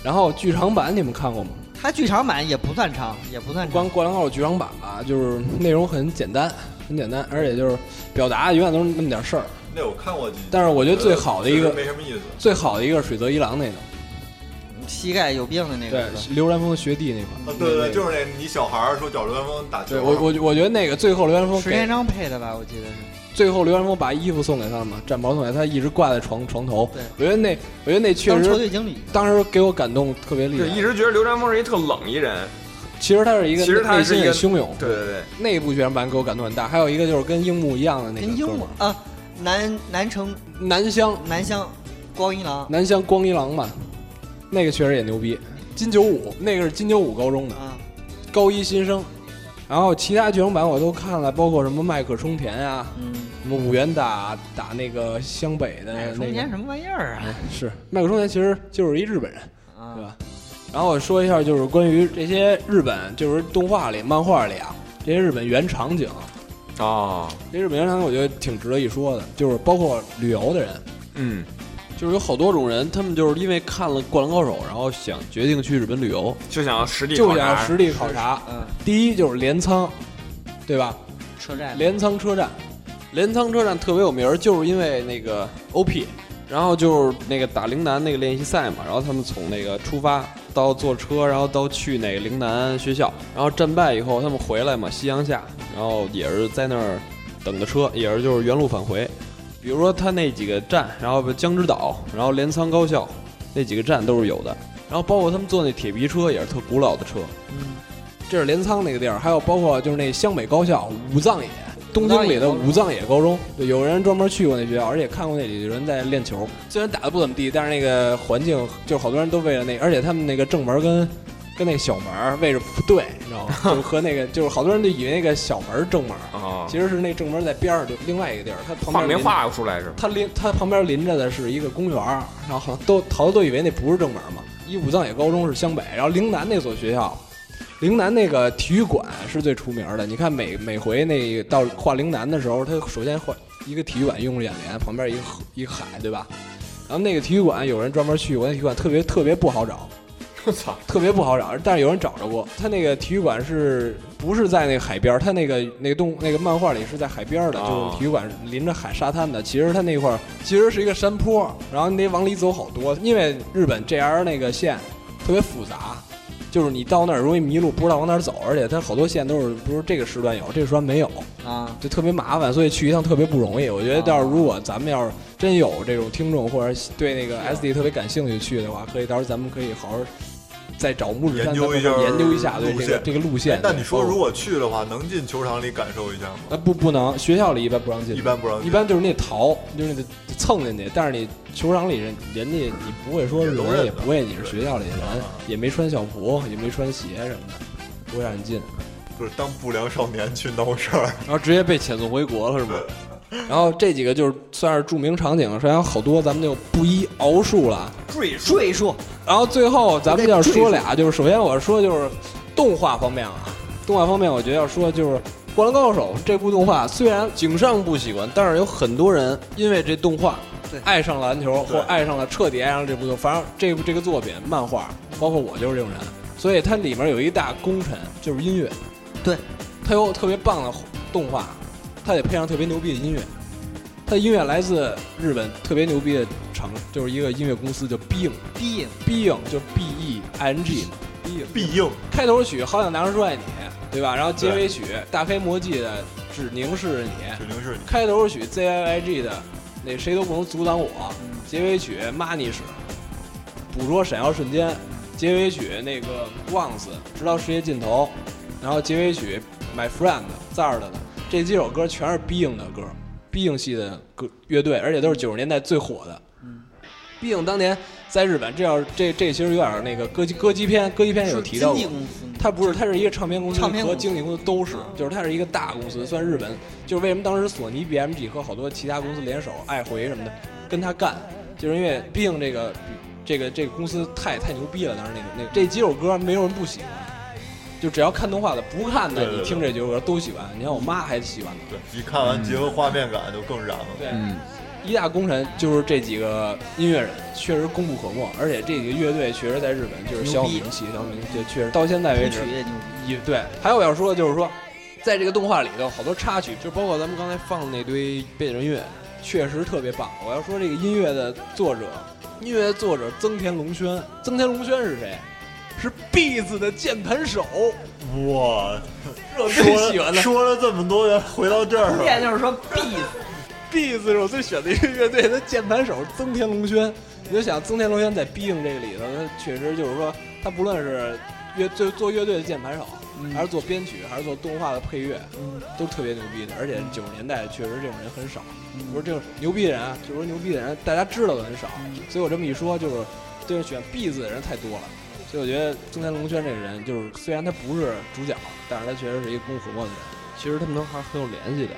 然后剧场版你们看过吗？他剧场版也不算长，也不算光长《灌篮高手》剧场版吧，就是内容很简单，很简单，而且就是表达永远都是那么点事儿。那我看过几集，但是我觉得最好的一个确实没什么意思。最好的一个是水泽一郎那个，膝盖有病的那个。是吧对，刘然峰的学弟那啊款。，对那对，个就是那你小孩儿说找刘元峰打球，对我我我觉得那个最后刘元峰石田给章配的吧，我记得是。最后刘元峰把衣服送给他嘛，战袍送给他，一直挂在床床头。对我觉得那我觉得那确当球队实经理，当时给我感动特别厉对，一害。直觉得刘占峰是一特冷一人。其实他是一个其实他内是一心个很汹涌，对对对，那部剧场版给我感动很大。还有一个就是跟樱木一样的那个跟樱哥们木儿啊，南南城南湘南乡光一郎南湘光一郎嘛，那个确实也牛逼。金九五那个是金九五高中的啊，高一新生，然后其他剧场版我都看了，包括什么麦克冲田啊，嗯，什么五元打打那个湘北的哎呀，那中个哎间什么玩意儿啊？是麦克冲田其实就是一日本人，啊对吧？然后我说一下，就是关于这些日本，就是动画里、漫画里啊，这些日本原场景，啊哦，这日本原场景我觉得挺值得一说的，就是包括旅游的人，嗯，就是有好多种人，他们就是因为看了《灌篮高手》，然后想决定去日本旅游。就想要实地就考察想实地考察。嗯，第一就是镰仓，对吧？车站镰仓车站，镰仓车站特别有名儿，就是因为那个 OP，然后就是那个打陵南那个练习赛嘛，然后他们从那个出发到坐车，然后到去那个陵南学校，然后战败以后他们回来嘛，夕阳下，然后也是在那儿等的车，也是就是原路返回。比如说他那几个站，然后江之岛，然后镰仓高校那几个站都是有的，然后包括他们坐那铁皮车也是特古老的车，嗯这是镰仓那个地儿，还有包括就是那湘北高校武藏野，东京里的武藏野高中，对，有人专门去过那学校，而且看过那里有人在练球，虽然打的不怎么地，但是那个环境就是好多人都为了那，而且他们那个正门跟跟那个小门儿位置不对，你知道吗？就是和那个 就是好多人都以为那个小门儿正门儿，哦，其实是那正门在边儿就另外一个地儿，它旁画边没临画出来是吧？它临它旁边临着的是一个公园儿，然后好像都好多都以为那不是正门嘛。一武藏野高中是湘北，然后陵南那所学校，陵南那个体育馆是最出名的。你看每每回那个到画陵南的时候，它首先画一个体育馆用着眼帘，旁边一个河一个海，对吧？然后那个体育馆有人专门去过，那体育馆特别特别不好找，我操，特别不好找，但是有人找着过。他那个体育馆是不是在那个海边儿？他那个那个动那个漫画里是在海边儿的，哦就是体育馆临着海沙滩的。其实他那块儿其实是一个山坡，然后你得往里走好多，因为日本 JR 那个线特别复杂。就是你到那儿容易迷路，不知道往哪儿走，而且它好多线都是不是这个时段有，这个时段没有，啊，就特别麻烦，所以去一趟特别不容易。我觉得到时候如果咱们要是真有这种听众或者对那个啊 SD 特别感兴趣去的话，可以到时候咱们可以好好再找木指山研究一下咱们研究一下对路这线哎个这个路线。那你说包括如果去的话，能进球场里感受一下吗？啊不不能学校里一般不让进，一般不让一进，般就是你得逃，就是你得蹭进去，但是你球场里人人家你不会说也都认人，得啊也不会你是学校里的人，也没穿校服，也没穿鞋什么的，不会让你进。就是当不良少年去闹事儿。 然后直接被遣送回国了是吗？然后这几个就是算是著名场景，实际上好多咱们就不一敖述了。赘述然后最后咱们要说俩，就是首先我说就是动画方面啊，动画方面我觉得要说就是《灌篮高手》这部动画，虽然井上不喜欢，但是有很多人因为这动画对爱上了篮球，或对爱上了彻底爱上了这部作，反正这部这个作品漫画，包括我就是这种人，所以它里面有一大功臣就是音乐，对，它有特别棒的动画，它得配上特别牛逼的音乐。它的音乐来自日本特别牛逼的厂，就是一个音乐公司叫 Being 低音 Being 就 B E I N G 嘛，Being 必应开头曲《好想拿出拽你》，对吧？然后结尾曲《大开魔界的《只凝视着你》，指定是你。开头曲 Z Y Y G 的那谁都不能阻挡我，结尾曲 Manish，捕捉闪耀瞬间，结尾曲那个 Once，直到世界尽头，然后结尾曲 My Friend z a r d 的，这几首歌全是 Being 的歌，Being 系的歌乐队，而且都是九十年代最火的。Being 当年在日本，这要是这这其实有点那个歌姬歌姬片，歌姬片有是提到过经纪。公司吗，它不是，它是一个唱片公司嗯唱片公和司经纪公司都是，就是它是一个大公司，算日本。就是为什么当时索尼、BMG 和好多其他公司联手，爱回什么的跟他干，就是因为毕竟这个这个这个公司太太牛逼了。当时那个那个这几首歌没有人不喜欢，就只要看动画的不看的，对对你对听这几首歌都喜欢。你看我妈还喜欢呢。对，一看嗯完结合画面感就更燃了。对，嗯一大功臣就是这几个音乐人，确实功不可没，而且这几个乐队确实在日本就是小有名气，小有名气，就确实到现在为谱止曲也牛也对，还有要说的就是说，在这个动画里头，好多插曲就包括咱们刚才放的那堆背景音乐，确实特别棒。我要说这个音乐的作者，音乐作者增田龙轩，增田龙轩是谁？是 B 字的键盘手，哇，是我说 最喜欢了的。说了这么多，回到这儿逼，了，现在就是说 B B 字是我最喜欢的一个乐队的键盘手增田龙轩。你就想增田龙轩在 B 应这个里头，他确实就是说，他不论是乐做做乐队的键盘手，还是做编曲，还是做动画的配乐，都特别牛逼的。而且九十年代确实这种人很少。我说这种牛逼的人啊，就是说牛逼的人，大家知道的很少。所以我这么一说，就是就是选 B 字的人太多了。所以我觉得中田龙轩这个人，就是虽然他不是主角，但是他确实是一个功夫梦的人。其实他们都还很有联系的。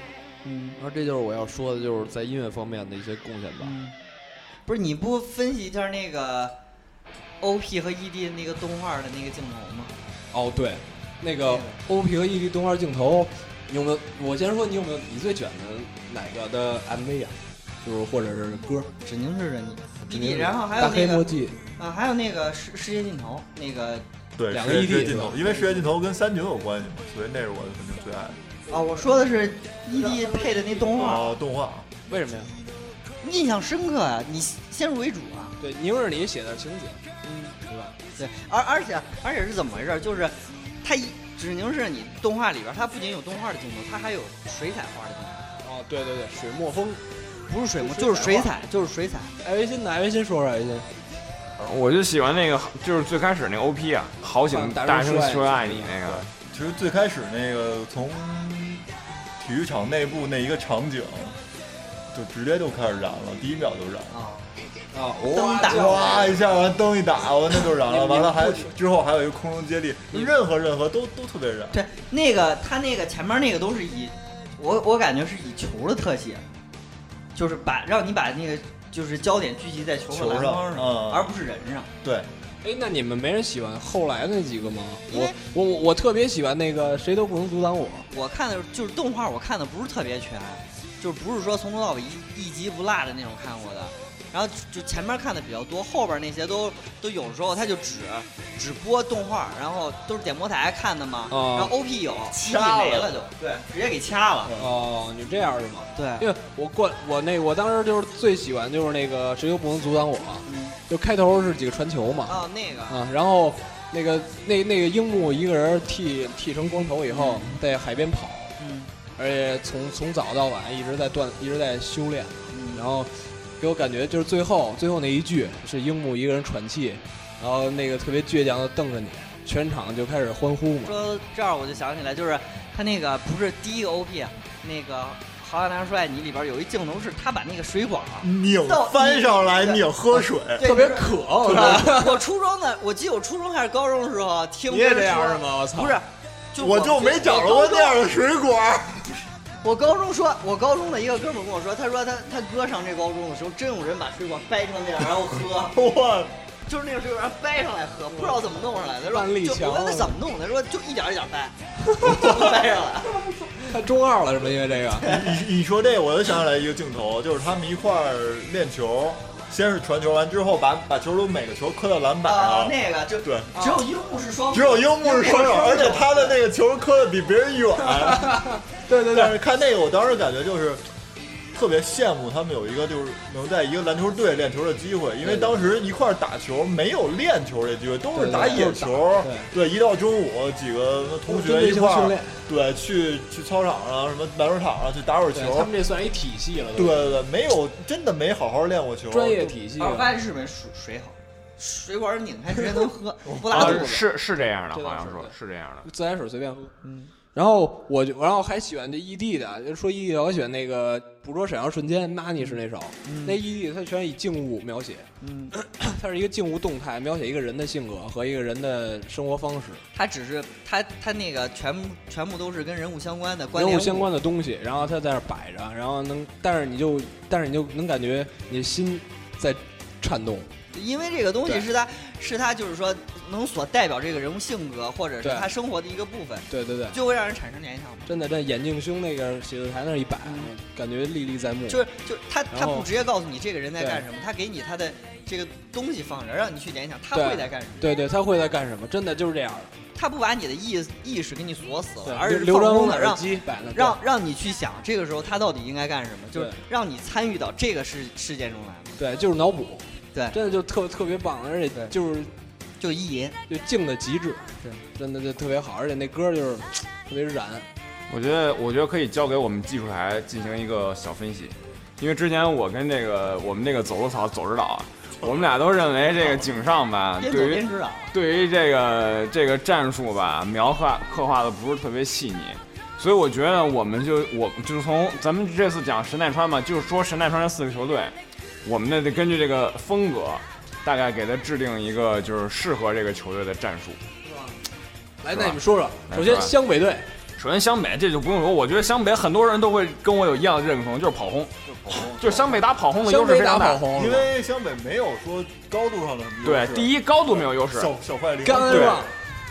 嗯，然后这就是我要说的，就是在音乐方面的一些贡献吧。嗯不是你不分析一下那个 OP 和 ED 那个动画的那个镜头吗？哦，对，那个 OP 和 ED 动画镜头，你有没有？我先说你有没有你最卷的哪个的 MV 啊？就是或者是歌指定是人指定，ED，是然后还大有黑那墨个迹，啊，还有那个世世界尽头那个 对，两个世 ED 界是镜吧头，因为世界尽头跟三井有关系嘛，所以那是我肯定最爱的。啊，我说的是 ED 配的那动画，哦，动画，为什么呀？印象深刻啊，你先入为主啊。对，宁是你写的情景，嗯对吧？对，而而且而且是怎么回事儿？就是它一指定是你动画里边儿，它不仅有动画的镜头，它还有水彩画的镜头。哦，对对对，水墨风。不是水墨，就是水彩，就是水彩。艾维新的，艾维新说说艾维新。我就喜欢那个，就是最开始那 OP 啊，好啊想大大声声说说爱爱你那个。其实最开始那个从体育场内部那一个场景，就直接就开始燃了，第一秒就燃啊，了。啊，灯打哇！一下完灯一打，完那就燃了。完了还你们嗯之后还有一个空中接力，任何任何都都特别燃。对，那个他那个前面那个都是以，我我感觉是以球的特写，就是把让你把那个就是焦点聚集在球和球篮上筐，上，嗯，而不是人上。对，哎，那你们没人喜欢后来那几个吗？因为我我我我特别喜欢那个谁都不能阻挡我。我看的就是动画，我看的不是特别全，就是不是说从头到尾一一集不落的那种看过的。然后就就前面看的比较多，后边那些都都有时候他就只只播动画，然后都是点播台看的嘛。哦然后 OP 有掐，ED 没了了就对，直接给掐了。哦，你这样是吗？对，因为我过我那我当时就是最喜欢就是那个谁都不能阻挡我，嗯，就开头是几个传球嘛，哦那个，啊，然后那个那那个樱木一个人剃剃成光头以后，在海边跑，嗯而且从从早到晚一直在锻，一直在修炼，嗯，然后给我感觉就是最后最后那一句是樱木一个人喘气，然后那个特别倔强的瞪着你，全场就开始欢呼嘛。说这儿我就想起来，就是他那个不是第一个 OP，啊那个《好想大叔爱你》里边有一镜头是他把那个水管啊拧翻上来拧喝水，对特别渴，我是操！吧？我初中的，我记得我初中还是高中的时候听你别也人这样说是？吗？我操！不是，，就 我就没找着过那样的水管。，我高中。我高中说，我高中的一个哥们儿跟我说，他说他他哥上这高中的时候，真有人把水管掰成那样，然后 喝 我就是那个水管掰上来喝，不知道怎么弄上来的。说万历就强我问他怎么弄的，说就一点一点 掰，就掰上来。他中二了是吗？因为这个。你你说这，我又想起来一个镜头，就是他们一块儿练球，先是传球，完之后把把球都每个球磕到篮板啊上，。那个就对只有樱木是双手，只有樱木是双手，而且他的那个球磕的比别人 远。对对但对，是看那个，我当时感觉就是特别羡慕他们有一个就是能在一个篮球队练球的机会，因为当时一块儿打球没有练球这机会，都是打野球。对，一到中午几个同针学对一性块训儿练，对去去操场上什么篮球场啊上去打会儿对他球们。这算一体系了，对，对对，没有真的没好好练过球。专业体系了。哦我发现日本水水好，水管拧开直接能喝，不拉啊肚，子。是是这样的，这倒好像是说对是这样的。自来水随便喝。嗯，然后我就，然后还喜欢这 ED 的，啊说 ED 的，我喜欢那个捕捉闪耀瞬间，Nani 是那首，那 ED 它全是以静物描写，嗯，它是一个静物动态，描写一个人的性格和一个人的生活方式，他只是他他那个全部全部都是跟人物相关的关人联物物相关的东西，然后它在那儿摆着，然后能，但是你就，但是你就能感觉你的心在颤动，因为这个东西对是他是他就是说能所代表这个人物性格或者是对他生活的一个部分，对对对，就会让人产生联想嘛。真的在眼镜兄那个写字台那儿一摆，嗯感觉历历在目，就是就是他他然后不直接告诉你这个人在对干什么，他给你他的这个东西放着，让你去联想他对会在干什么，对对，他会在干什么？真的就是这样的，他不把你的意意识给你锁死对了，而是刘放传空峰的的耳让。机摆了，让让你去想，这个时候他到底应该干什么，就是对让你参与到这个事事件中来嘛，对，就是脑补，对真的就特特别棒，而且对就是就意淫。就静的极致，对，真的就特别好，而且那歌就是特别燃，我觉得，我觉得可以交给我们技术台进行一个小分析，因为之前我跟这个我们这个走路草走之岛啊，我们俩都认为这个井上吧，边走对于边知道，啊对于这个这个战术吧，描画刻画的不是特别细腻，所以我觉得我们就我就是从咱们这次讲神奈川嘛，就是说神奈川这四个球队，我们呢得根据这个风格，大概给他制定一个就是适合这个球队的战术。来，是吧那你们说说，来首先说吧湘北队，首先湘北这就不用说，我觉得湘北很多人都会跟我有一样的认同，就是跑轰，就是湘北打跑轰的优湘势北非打常跑大。红因了，为湘北没有说高度上的什么对，第一一高度没有优势，小小快灵，刚对让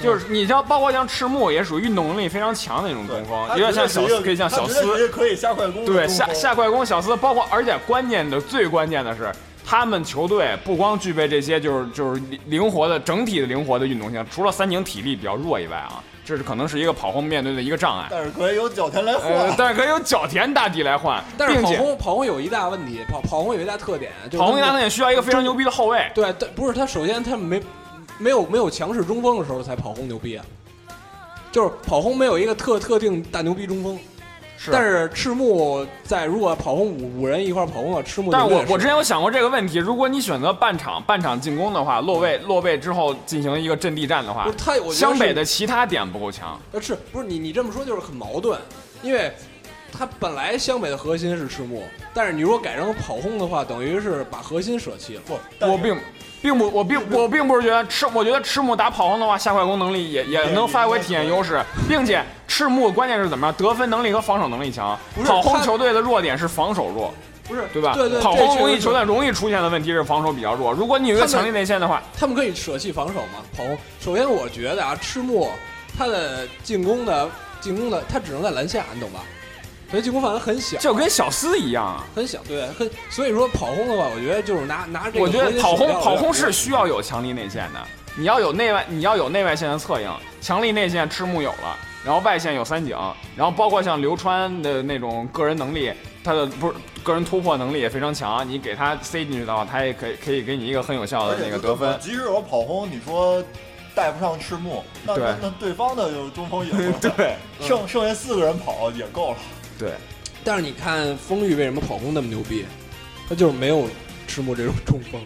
就是你像包括像赤木也属于运动能力非常强的那种对中锋，他有点像绝对小是斯，可以像小一个他绝对斯，是一个可以下快攻的嗯对中下锋下快攻小斯，包括而且关键的最关键的是。他们球队不光具备这些，就是就是灵活的整体的灵活的运动性，除了三井体力比较弱以外啊，这是可能是一个跑轰面对的一个障碍。但是可以由角田来呃，换。但是可以由角田大帝来换，但是并跑且轰跑轰有一大问题，跑跑轰有一大特点，就是跑轰他他们也需要一个非常牛逼的后卫。对，但不是他首先他没没有没有强势中锋的时候才跑轰牛逼啊，就是跑轰没有一个特特定大牛逼中锋。是但是赤木在如果跑轰五五人一块儿跑轰啊，赤木但是绝对我我之前有想过这个问题，如果你选择半场半场进攻的话，落位落位之后进行一个阵地战的话不是，他，我觉得湘北是的其他点不够强。呃是不是你你这么说就是很矛盾，因为他本来湘北的核心是赤木，但是你如果改成跑轰的话，等于是把核心舍弃了。不，但是我并并不我并我并不是觉得赤，我觉得赤木打跑轰的话，下快攻能力也也能发挥体验优势，并且赤木关键是怎么样，得分能力和防守能力强不。是跑轰他球队的弱点是防守弱，不是对吧？对对，跑这轰确实容易是球队容易出现的问题是防守比较弱。如果你有一个他们强力内线的话，他们可以舍弃防守吗？跑轰，首先我觉得啊，赤木他的进攻的进攻的，他只能在篮下，你懂吧？所以进攻范围很小，就跟小斯一样啊。很小，对，很所以说跑轰的话，我觉得就是拿拿这个我觉核得心跑手轰料跑轰有是点需要有强力内线的，你要有内外你要有内外线的策应，强力内线赤木有了，然后外线有三井，然后包括像流川的那种个人能力，他的不是个人突破能力也非常强，你给他塞进去的话，他也可以可以给你一个很有效而的且那个就得分。即使我跑轰，你说带不上赤木，那对那那对方的有中锋也够了 对剩剩下四个人跑也够了。对，但是你看丰裕为什么跑轰那么牛逼？他就是没有赤木这种中 锋，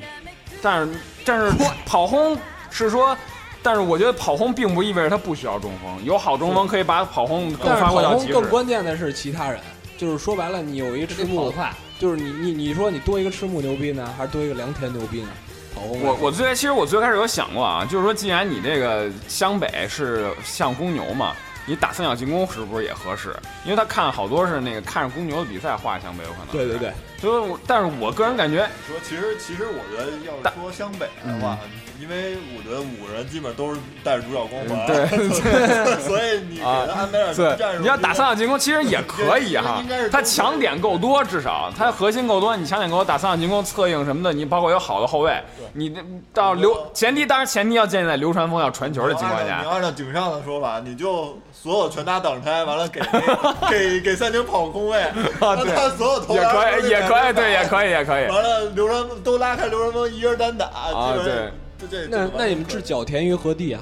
但是但是跑轰是说。但是我觉得跑轰并不意味着他不需要中锋，有好中锋可以把跑轰更但是发挥到跑轰极致。更关键的是其他人，就是说白了，你有一个赤木，就是你你你说你多一个赤木牛逼呢，还是多一个良田牛逼呢？跑轰啊我我最其实我最开始有想过啊，就是说，既然你这个湘北是像公牛嘛，你打三角进攻是不是也合适？因为他看好多是那个看着公牛的比赛画湘北，有可能。对对对。，所以我，但是我个人感觉，你说，其实其实我觉得要但是说湘北的话，嗯因为我觉得五个人基本都是带着主角光嗯环，对 啊所以你给他安排点什么战对，术，你要打三角进攻其实也可以哈应该是，他强点够多，至少他核心够多，你强点够多，打三角进攻策应什么的，你包括有好的后卫，你那到流前提当然前提要建立在流川枫要传球的情况你要下按照。你要按照井上的说法，你就所有全打挡拆，完了给那给给三井跑空位，让啊对他所有投也篮可以，也可以，对，也以。可以，也可以。完了，刘川峰都拉开刘川峰一人单打，啊基本就这。那那你们置角田于何地 啊？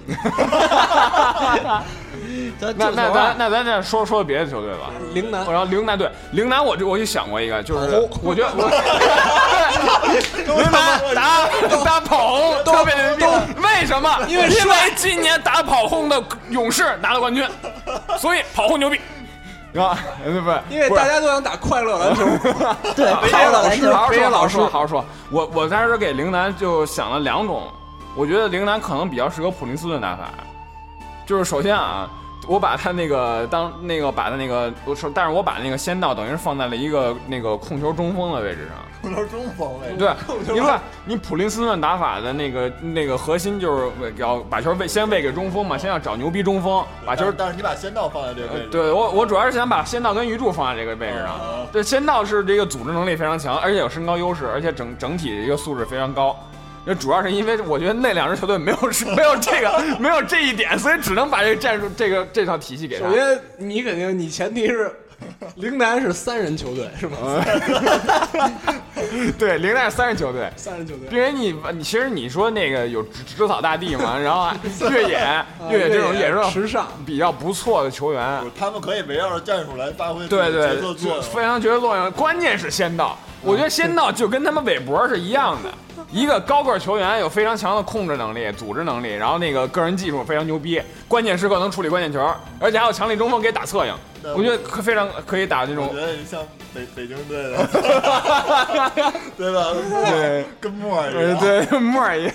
那咱就那从咱那咱再说说别的球队吧。陵南然后陵南队，陵南我就我就想过一个，就是跑轰我觉得我 陵南打打跑轰特别牛逼，为什么？因为因为今年打跑轰的勇士拿了冠军，所以跑后牛逼，是吧？ 不是不是，因为大家都想打快乐 篮球，对，哎 快乐篮球，好好说，好好老师说，好好说。我我当时给陵南就想了两种，我觉得陵南可能比较适合普林斯顿打法，就是首先啊，我把他那个当那个把他那个我说，但是我把那个仙道等于是放在了一个那个控球中锋的位置上。我到中锋位，对，你看你普林斯顿打法的那个那个核心就是要把球喂先喂给中锋嘛，先要找牛逼中锋，把哎球但是但是你把仙道放在这个位置，呃对我，我主要是想把仙道跟鱼柱放在这个位置啊上哦。对，仙道是这个组织能力非常强，而且有身高优势，而且整整体一个素质非常高。那主要是因为我觉得那两支球队没有没有这个没有这一点，所以只能把这个战术这个这套体系给他首。先你肯定你前提是，陵南是三人球队是吗？对，零带三十球队，三人球队因为你你其实你说那个有植植草大地嘛，然后啊越野越野这种也是时尚。比较不错的球员。他们可以围绕着战术来发挥对对角色，作做用。非常角色作用。关键是仙道，嗯我觉得仙道就跟他们韦伯是一样的，一个高个儿球员有非常强的控制能力、组织能力，然后那个个人技术非常牛逼，关键时刻能处理关键球，而且还有强力中锋给打侧应。对我觉得可非常可以打这我种觉得你像北北京队的， 对吧？对，跟莫儿一呃，样。对，木尔一样，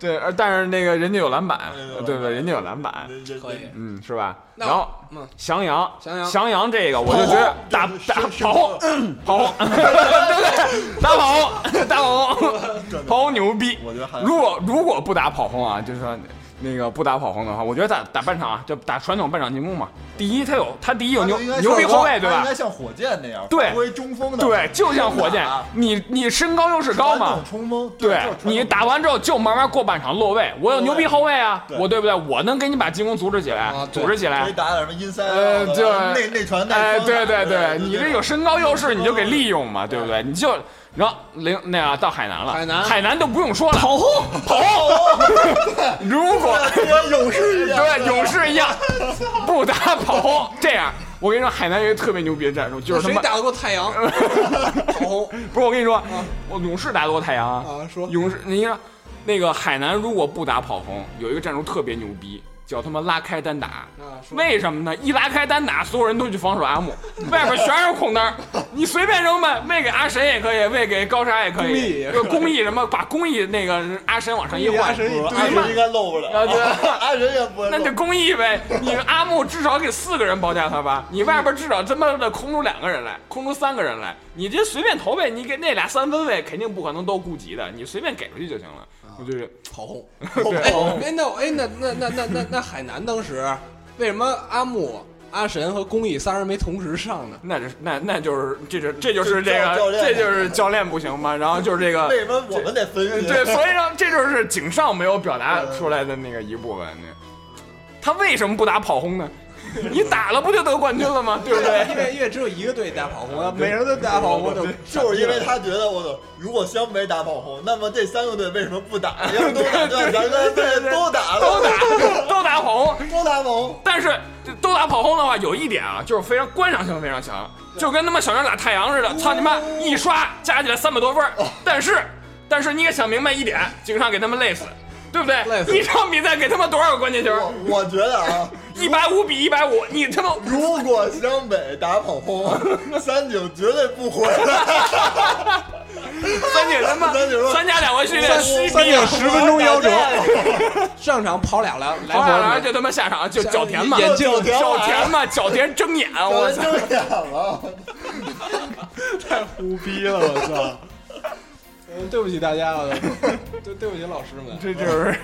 对，而但是那个人家有篮板有，篮对对，人家有篮板，对，可以。嗯，是吧？那然后嗯翔阳，翔阳翔阳这个我就觉得打对打是是 跑轰，跑 轰，对对对，打跑 轰，打跑轰，跑轰牛逼我觉得还。如果如果不打跑轰啊，就是说。那个不打跑轰的话，我觉得打打半场啊，就打传统半场进攻嘛。第一，他有他第一有牛啊他应该像牛逼后卫，对他吧应该？像火箭那样，对发挥中锋的，对，就像火箭打，你你身高优势高嘛啊传，统冲锋，对就是传统你打完之后就慢慢过半场落位，我有落位牛逼后卫啊，对啊我对不对？我能给你把进攻组织起来，对组织起可来以。打点什么阴啊塞，呃，对，内内传带哎，封对对对，对，你对这有身高优势，对你就给利用嘛，对不对？你就然后零那样到海南了，海南海南都不用说了，跑轰跑轰，如果对跟勇士一样，对勇士一样不打跑轰，这样我跟你说，海南有一个特别牛逼的战术，就是他谁妈打得过 太阳？跑轰不是我跟你说，我勇士打得过太阳啊啊！说勇士，你看那个海南如果不打跑轰，有一个战术特别牛逼，叫他妈拉开单打。啊说为什么呢？一拉开单打，所有人都去防守阿木，外边全是空单儿， 你随便扔呗，喂给阿神也可以，喂给高沙也可公益以也，就公益什么，把公益那个阿神往上一换，阿神应该漏不了， 啊 对阿神也不会漏，那就公益呗。你阿木至少给四个人包夹他 吧，你外边至少他妈的空出两个人来，空出三个人来，你这随便投呗，你给那俩三分位肯定不可能都顾及的，你随便给出去就行了。啊我就是跑轰。对哎，那我哎那那那那那那海南当时为什么阿木、阿神和公益仨人没同时上呢？那就是那那就是这就是这就是这教教个练这就是教练不行吗？然后就是这 个为什么我们得分析？对，所以呢，这就是井上没有表达出来的那个一部分。那他为什么不打跑轰呢？你打了不就得冠军了吗？对不 对？因为因为只有一个队打跑轰，每人都打跑轰就 就是因为他觉得我操，如果湘北打跑轰，那么这三个队为什么不 打？要是都打，对吧咱们队都打了，都打都打跑轰， 都打跑轰，但是都打跑轰的话，有一点啊，就是非常观赏性非常强，就跟他妈小张打太阳似的，操你妈一刷加起来三百多分儿。但是，但是你也想明白一点，井上给他们累死，对不累死对？一场比赛给他们多少个关键球？我我觉得啊。一百五比一百五，你他妈如果湘北打跑轰，三井绝对不回来。三姐他妈三姐说三加两个序列虚三哎逼井了。十分钟夭折，上场跑俩来来后回来儿就他妈下场就脚田嘛，眼镜脚田脚田嘛，脚田睁眼，啊我操！睁眼了，太胡逼了，我操！嗯对不起大家 了，对对不起老师们。这就是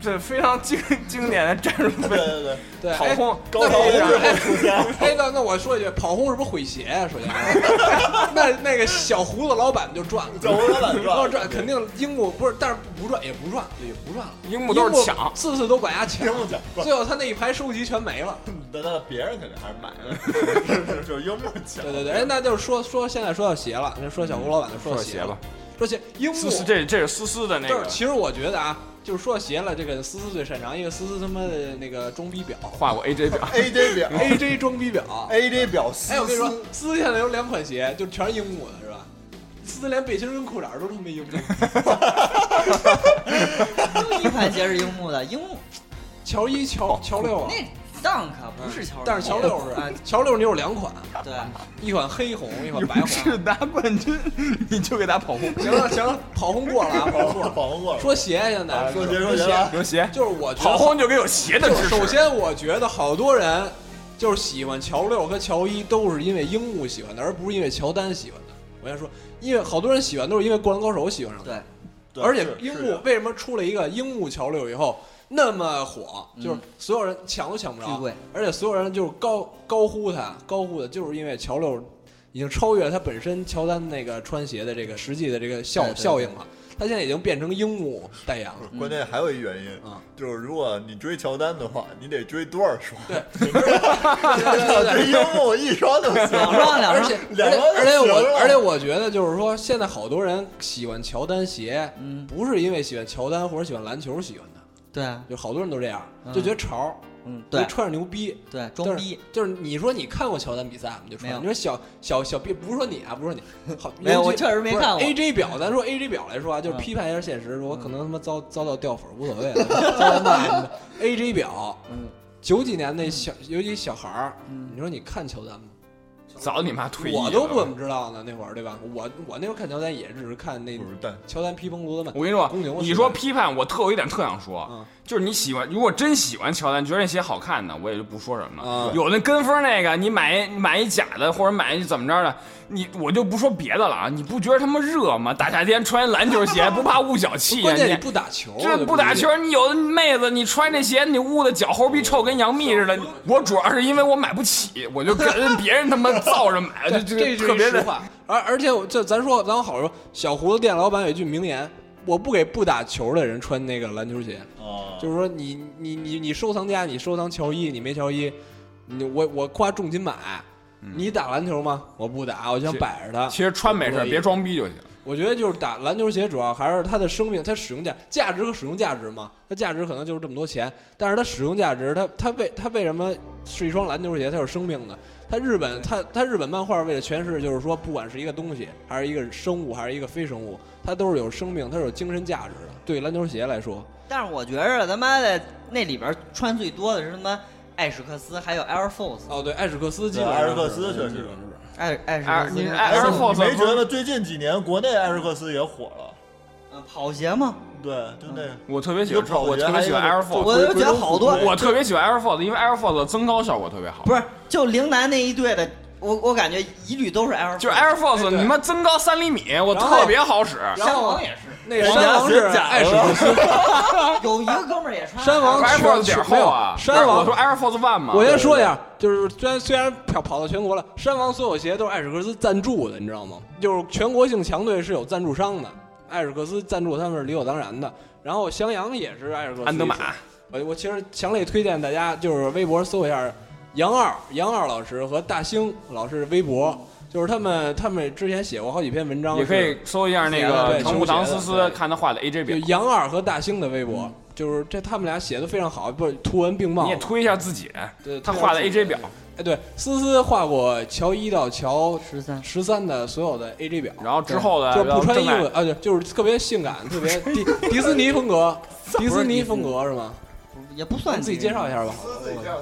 这非常经经典的战术对对对，对，跑哎轰高潮那之我后出现，哎，那那我说一句，跑轰是不是毁鞋呀、首先，啊 那那个小胡子老板就赚了，小胡子老板赚了要赚，肯定樱木不是，但是不赚也不赚，也不赚了。樱木都是抢四次都管他抢听，不讲，不最后他那一排收集全没了。那那别人肯定还是买的，就是樱木强对。对对，哎，那就是说说现在说到鞋了，那说小胡老板就说到说鞋鞋了吧，说鞋樱木思思，这这是思思的那就是个其实我觉得啊，就是说到鞋了，这个思思最擅长，因为思思他妈的那个装 逼婊画过 AJ 表， AJ 表，AJ 装逼婊， ，AJ 表丝，哎，我跟你说，思现在有两款鞋，就全是樱木的，是吧？思连背心儿跟裤衩儿都他妈樱木，啊 一款鞋是樱木的，樱木乔一、乔乔六啊，那 dunk 不是乔，啊但是乔六是哎，乔六你有两款，对，一款黑红，一款白红。是拿冠军，你就给打跑轰。行了行了，跑轰过了啊，跑保轰过护了。保护过了。啊说鞋现在说鞋说鞋来，有鞋，就是我觉得跑轰就给有鞋的就支持。首先我觉得好多人就是喜欢乔六和乔伊都是因为樱木喜欢的，而不是因为乔丹喜欢的。我先说，因为好多人喜欢都是因为《灌篮高手》喜欢上的。对，对而且是樱是木为什么出了一个樱木桥六以后那么火，嗯就是所有人抢都抢不巨着贵，而且所有人就是高高呼他，高呼的，就是因为桥六已经超越他本身乔丹那个穿鞋的这个实际的这个效对对对效应了，他现在已经变成樱木代言了。关键还有一原因嗯，就是如果你追乔丹的话，你得追多少双？对追樱木一双都行。两双两而双且， 两而且个人而且行我了而且我觉得就是说，现在好多人喜欢乔丹鞋，嗯不是因为喜欢乔丹或者喜欢篮球喜欢他，对，就好多人都这样，嗯就觉得潮儿，嗯觉得对穿着牛逼，对，装逼。就是就是你说你看过乔丹比赛吗？就说没有你说小小小 B 不是说你啊，不是说你，好没有尤其我确实没看过不是 AJ 表，咱说 AJ 表来说啊，就是嗯批判一下现实，我可能他妈遭遭到掉粉儿无所谓了， 遭到骂什么的。AJ 表，嗯，九几年那小尤其小孩儿，嗯你说你看乔丹吗？早你妈退役了，我都不怎么知道呢，那会儿对吧？我我那时候看乔丹也只是看那不是但乔丹皮蓬罗德曼我跟你说公牛，你说批判我特，我有一点特想说，嗯就是你喜欢，如果真喜欢乔丹，觉得那鞋好看的，我也就不说什么了。啊，有那跟风那个，你买一买一假的，或者买一怎么着的，你我就不说别的了啊，你不觉得他妈热吗？大夏天穿篮球鞋，不怕误脚气啊？ 关键你你不打球，我这就不打理解球，你有的妹子，你穿这鞋，你捂的脚后壁臭，跟杨幂似的。我主要是因为我买不起，我就跟别人他妈造着买，就 这这是特别实的。话。而而且我这咱说咱好说，小胡子店老板有一句名言：我不给不打球的人穿那个篮球鞋。哦啊，就是说你你你你收藏家，你收藏球衣，你没球衣，你我我花重金买。你打篮球吗？我不打，我就想嗯是摆着它。其实穿没事，别装逼就行。我觉得就是打篮球鞋，主要还是它的生命、它使用价价值和使用价值嘛。它价值可能就是这么多钱，但是它使用价值，它它为它为什么是一双篮球鞋？它有生命的。它日本它它日本漫画为了诠释，就是说不管是一个东西，还是一个生物，还是一个非生物，它都是有生命，它是有精神价值的。对篮球鞋来说，但是我觉着他妈的那里边穿最多的是他妈艾史克斯，还有 Air Force，哦对，艾史克斯基对本上艾是瑞克斯确基实本上是艾艾史艾克斯你是艾哎艾艾尔霍你斯没觉得最近几年国内艾瑞克斯也火了？嗯跑鞋嘛，对，就那个我特别喜欢穿，我特别喜欢 Air 我 Force，就觉得好多我特别喜欢 Air Force，因为 Air Force 的增高效果特别好。不是就陵南那一队的，我我感觉一律都是 Air，Force 就是 Air Force，你妈增高三厘米，我然后特别好使。然山后王也是，那山王是艾史克斯， 有一个哥们儿也穿山王 Air Force 点儿厚啊，全没有山王我说 Air Force One 嘛。我先说一下，就是虽然虽然跑跑到全国了，山王所有鞋都是艾史克斯赞助的，你知道吗？就是全国性强队是有赞助商的，艾史克斯赞助他们是理所当然的。然后襄阳也是艾史克斯。安德玛，我我其实强烈推荐大家就是微博搜一下杨二杨二老师和大兴老师的微博，就是他们他们之前写过好几篇文章，也可以搜一下那个对藤木堂思球鞋的思，对看他画的 AJ 就表。杨二和大兴的微博，就是这他们俩写的非常好，不图文并嗯茂你也。推一下自己，对他画的 AJ 表，哎，对，思思画过乔一到乔十三，十三的所有的 AJ 表，然后之后的就不穿正衣在服啊，对，就是特别性感，特别 迪迪斯尼风格，迪斯尼风格是吗？也不咱算们自己介绍一下吧。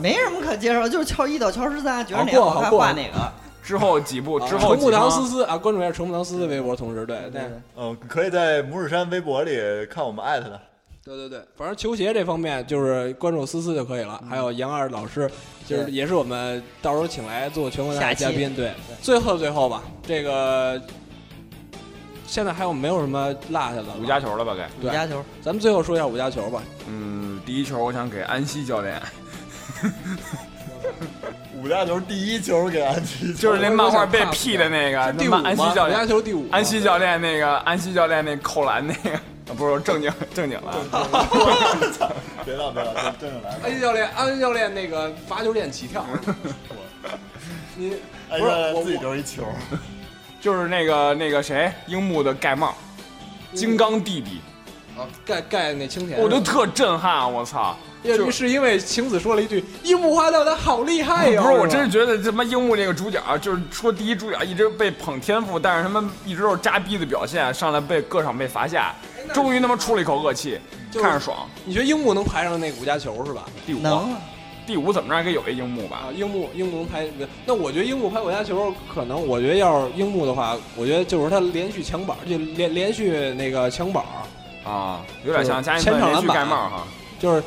没什么可介绍，就是乔一到乔十三，觉得好哪个过看好过画哪个。之后几部之后几程啊木堂张思思啊，关注一下程木堂思思微博，同时对对对嗯，可以在拇指山微博里看我们艾特他。对对对，反正球鞋这方面就是关注思思就可以了。还有杨二老师，就是嗯对也是我们到时候请来做全国大赛嘉下宾。对，最后最后吧，这个现在还有没有什么落下的了？五加球了吧？该，对五加球，咱们最后说一下五加球吧。嗯，第一球我想给安西教练，五大球第一球给安琪，就是那漫画被 P 的啊那个，是第他五吗妈安西教五加练，球第五吗，安西教练那个安西教练那扣篮那个，啊不是正经正经了，啊别闹别闹，正正经来安西教练，安西教练那个罚球线 起跳，你哎，不是原来我自己就是一球，就是那个那个谁，樱木的盖帽，金刚弟弟，啊盖盖那青田，我就特震撼，啊我操！因为就是因为晴子说了一句“樱木花道他好厉害哟”，不是，我吧真是觉得他妈樱木这个主角，就是说第一主角一直被捧天赋，但是他妈一直都是扎逼的表现，上来被各场被罚下，终于他妈出了一口恶气，就是看着爽。你觉得樱木能排上那五加球是吧？第五，能啊第五怎么着也得有一樱木吧啊，？樱木樱木能拍，那我觉得樱木拍国家球可能，我觉得要是樱木的话，我觉得就是他连续抢板，就连连续那个抢板，啊，有点像就是加一前份场连篮续板盖帽哈。就是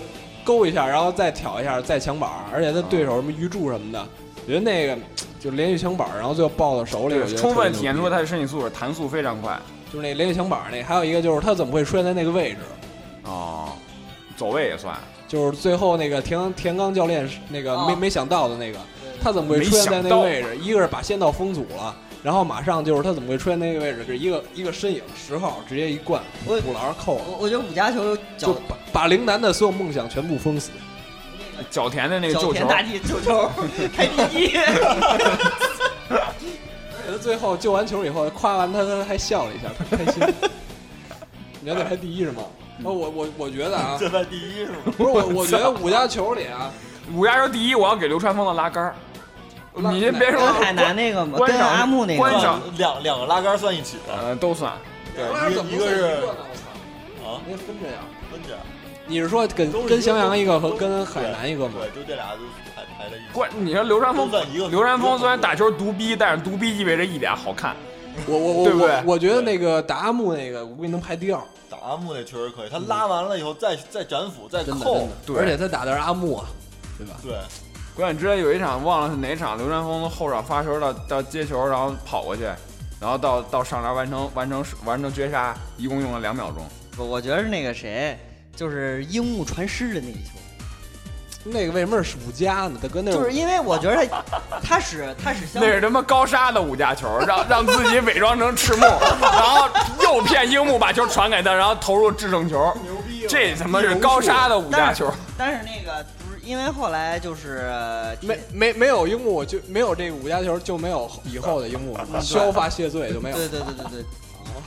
勾一下，然后再挑一下，再抢板，而且他对手什么鱼柱什么的，我觉得那个就连续抢板，然后最后抱到手里，我觉对，得充分特别牛逼体现出他的身体素质，弹速非常快。就是那连续抢板那，还有一个就是他怎么会出现在那个位置，哦，走位也算，就是最后那个田田刚教练是那个哦没没想到的那个，他怎么会啊没出现在想那到个位置？一个是把仙道封阻了，然后马上就是他怎么会出现那个位置？是一个一个身影，十号直接一灌，我补篮扣了，我我觉得五家球就脚把把陵南的所有梦想全部封死。角田的那个脚救田球，大地救球开第一，而且他最后救完球以后，夸完他，他还笑了一下，他开 心。你要得排第一是吗？哦，我我我觉得 啊，这算第一是吗？不是我，我觉得五家球里啊，五家球第一，我要给流川枫的拉杆儿。拉你先别说跟海南那个嘛，观跟赏阿木那观个赏。两两两个拉杆算一起的，呃，都算。对，一个怎么一会个一是呢？我操，啊，那分着呀。分家，你是说跟都是跟一个襄阳一个和都跟海南一个吗？对，就这俩就排排在一起。关，你说流川枫都算一个，流川一个枫风格虽然打球独逼，但是独逼意味着一点好看。我我我对不对我我觉得那个达阿木那个，我估计能排第二，打阿木那确实可以，他拉完了以后再再斩斧再嗯真的扣真，的。对而且他打的是阿木啊，对吧？对，关键之前有一场忘了是哪场，流川枫从后场发球到到接球，然后跑过去，然后到到上篮完成完成完成绝杀，一共用了两秒钟。我我觉得是那个谁，就是樱木传师的那一球，那个为什么是五家呢？大哥，那就是因为我觉得他他使他使相那是他妈高沙的五架球，让让自己伪装成赤木，然后诱骗樱木把球传给他，然后投入制胜球。牛逼这他妈是高沙的五架球，但是那个不是因为后来就是呃没没没有樱木，我就没有这个五家球，就没有以后的樱 木，削发谢罪就没有。对对对对对，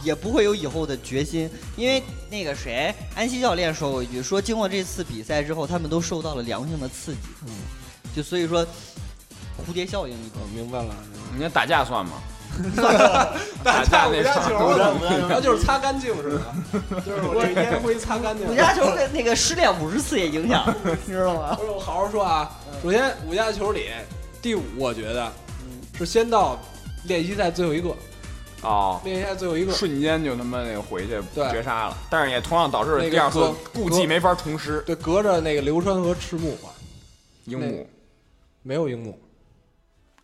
也不会有以后的决心，因为那个谁，安西教练说过一句，说经过这次比赛之后，他们都受到了良性的刺激，嗯，就所以说蝴蝶效应，你懂我明白了，你看打架 算吗？打架那场五家五家球他就是擦干净似的，就是我这烟灰擦干净。吗？五家球的那个失恋五十次也影响， 你知道 吗？不是我好好说啊，首先五家球里第五，我觉得是先到练习赛最后一个，哦。练习赛最后一个。瞬间就他妈那个回去对绝杀了，但是也同样导致那个第二次哥故哥技没法重施。对，隔着那个流川和赤木吧，樱木没有樱木。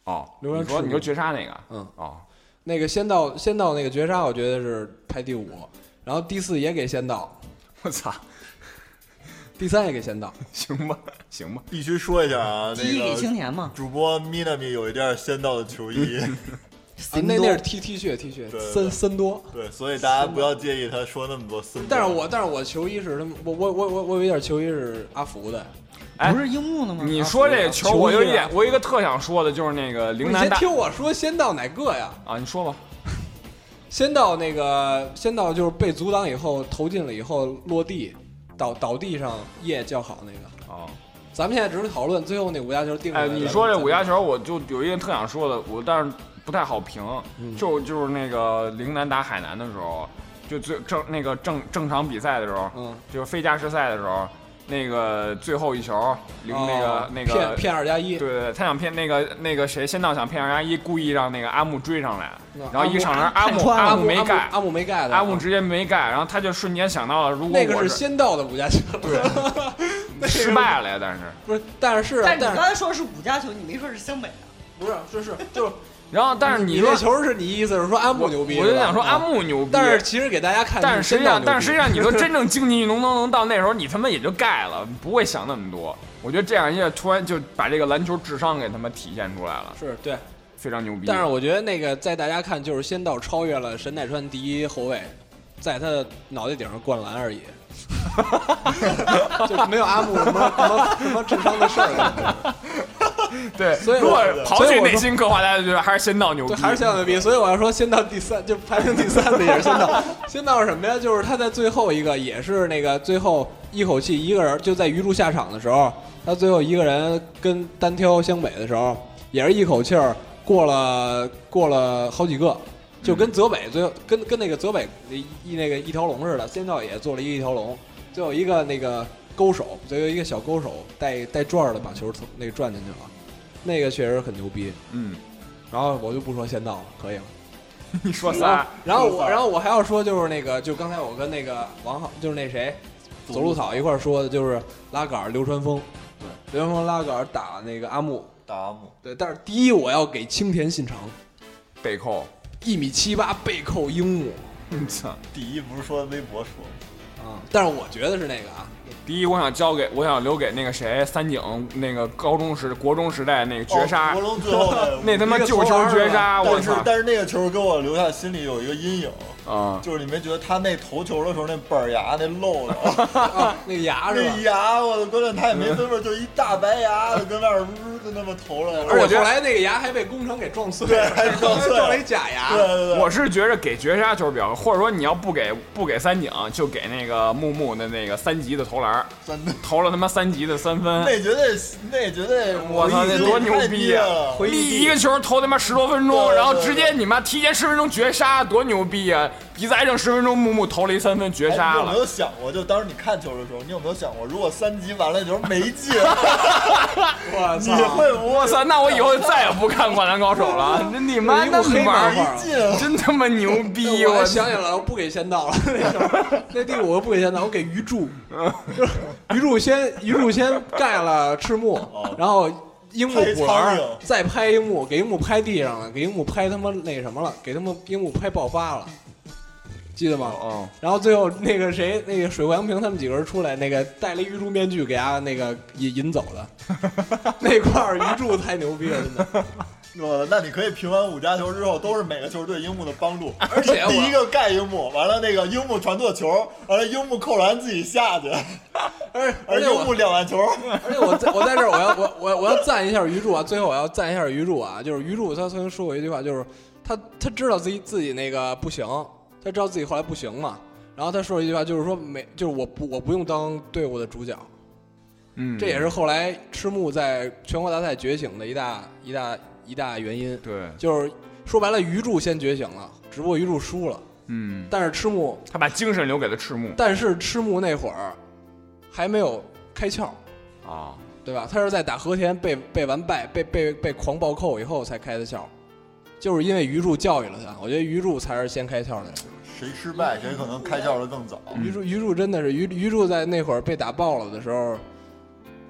哦，流川你说赤木你说绝杀那个，嗯，哦，那个仙道仙道那个绝杀，我觉得是排第五，然后第四也给仙道，我操，第三也给啊仙道。行吧，行吧，必须说一下啊，第一给那青个年嘛，主播 Minami 有一件仙道的球衣，啊、那那是 T T 恤 T 恤对对森森多， 对，所以大家不要介意他说那么多森多。但是我但是我球衣是他们，我我我我我有一件球衣是阿福的，哎不是樱木的吗？你说这个球，球衣啊我有一点，我有一个特想说的就是那个陵你南先大听我说，先到哪个呀？啊，你说吧，先到那个先到就是被阻挡以后投进了以后落地倒倒地上叶叫好那个，哦，咱们现在只是讨论最后那五家球定下来哎，了。你说这五家球，我就有一个特想说的，我但是不太好评，嗯就就是那个陵南打海南的时候，就最正那个正正常比赛的时候，嗯，就是非加时赛的时候，那个最后一球，陵那哦个那个骗骗二加一，对对，对，他想骗那个那个谁，仙道想骗二加一，故意让那个阿木追上来那，然后一上篮，阿木木看穿了木没盖，阿木没盖的，阿木直接没盖，然后他就瞬间想到了，如果那个我是先到的五家球，对，失败了呀，但是， 不是，但是但是你但刚是才说是五家球，你没说是湘北啊？不是，是是就是，然后但是你说这球是你意思是说阿木我牛逼，我就是吧想说阿，啊木牛逼，但是其实给大家看，但是实际上，但是实际上，上，你 说真正竞技能能能到那时候，你他妈也就盖了，不会想那么多。我觉得这样一下突然就把这个篮球智商给他妈体现出来了，是对，非常牛逼。但是我觉得那个在大家看就是仙道超越了神奈川第一后卫，在他的脑袋顶上灌篮而已，就没有阿木什么什么什么智商的事儿，对，所以如果我刨所以去我内说心刻画，大家就觉得还是仙道牛逼对，，还是仙道牛逼。所以我要说仙道第三，就排名第三的也是仙 道。仙道是什么呀？就是他在最后一个也是那个最后一口气一个人就在鱼柱下场的时候，他最后一个人跟单挑湘北的时候，也是一口气儿过了过了好几个。就嗯跟泽北最后跟跟那个泽北一一那个一条龙似的，仙道也做了一个一条龙，最后一个那个勾手，就有一个小勾手带带转儿的把球从那个转进去了，那个确实很牛逼。嗯，然后我就不说仙道了，可以了。你说仨，然后我，然后我还要说，就是那个，就刚才我跟那个王浩，就是那谁，走路草一块儿说的，就是拉杆儿流川枫，对，流川枫拉杆儿打那个阿木，打阿姆，对，但是第一我要给青田信长，背扣，一米七八背扣樱木嗯操！第一不是说微博说吗，啊，但是我觉得是那个啊，第一，我想交给我想留给那个谁三井，那个高中时国中时代那个绝杀，哦国龙最后的 那他妈救球绝杀，啊我但是操！但是那个球给我留下心里有一个阴影，啊，就是你没觉得他那投球的时候那板牙那露的，啊那个牙是吧那？牙我的关键他也没分分，就一大白牙就跟那儿呜就那么投上来了，而我觉且得后来那个牙还被工程给撞碎 对了，还撞碎了撞了一假牙。对对对，我是觉着给绝杀球比较，或者说你要不给不给三井，就给那个木木的那个三级的投篮儿，真的。投了他妈三级的三分，那绝对，那绝对，我操，那多牛逼啊！啊！回忆立地一个球投他妈十多分钟，对然后对直接你妈提前十分钟绝杀，多牛逼啊！比赛剩十分钟，木木投了一三分绝哎杀你有没了。有想过，就当时你看球的时候，你有没有想过，如果三级完了球没进， 我你操！会不我会操！那我以后再也不看《灌篮高手》了。那你妈一那部黑你玩漫儿画没进？真他妈牛逼！ 我我还想起来了，我不给仙道了。那时候，那第五个不给仙道，我给 鱼柱。就是鱼柱先，鱼柱先盖了赤木，然后樱木补哦拍苍篮蝇，再拍樱木，给樱木拍地上了，给樱木拍他妈那什么了，给他妈樱木拍爆发了，记得吗？哦，然后最后那个谁，那个水户洋平他们几个人出来，那个戴了一鱼柱面具给他那个引引走的， 那块儿鱼柱太牛逼了，真的。我那你可以评完五加球之后，都是每个球对樱木的帮助。而且我 第一个盖樱木，完了那个樱木传错球，完了樱木扣篮自己下去，而而而且樱我木两完球，而且我在我在这儿，我要我我我要赞一下鱼柱啊！最后我要赞一下鱼柱啊！就是鱼柱他曾经说过一句话，就是他他知道自己自己那个不行，他知道自己后来不行嘛。然后他说了一句话，就是说没，就是我不我不用当队伍的主角。嗯，这也是后来赤木在全国大赛觉醒的一大一大一大原因，对，就是说白了，鱼柱先觉醒了，只不过鱼柱输了，嗯，但是赤木他把精神留给了赤木但是赤木那会儿还没有开窍。啊。对吧？他是在打和田被被完败、被被被狂暴扣以后才开的窍，就是因为鱼柱教育了他。我觉得鱼柱才是先开窍的人。谁失败谁可能开窍的更早。鱼柱鱼柱真的是鱼鱼柱在那会儿被打爆了的时候，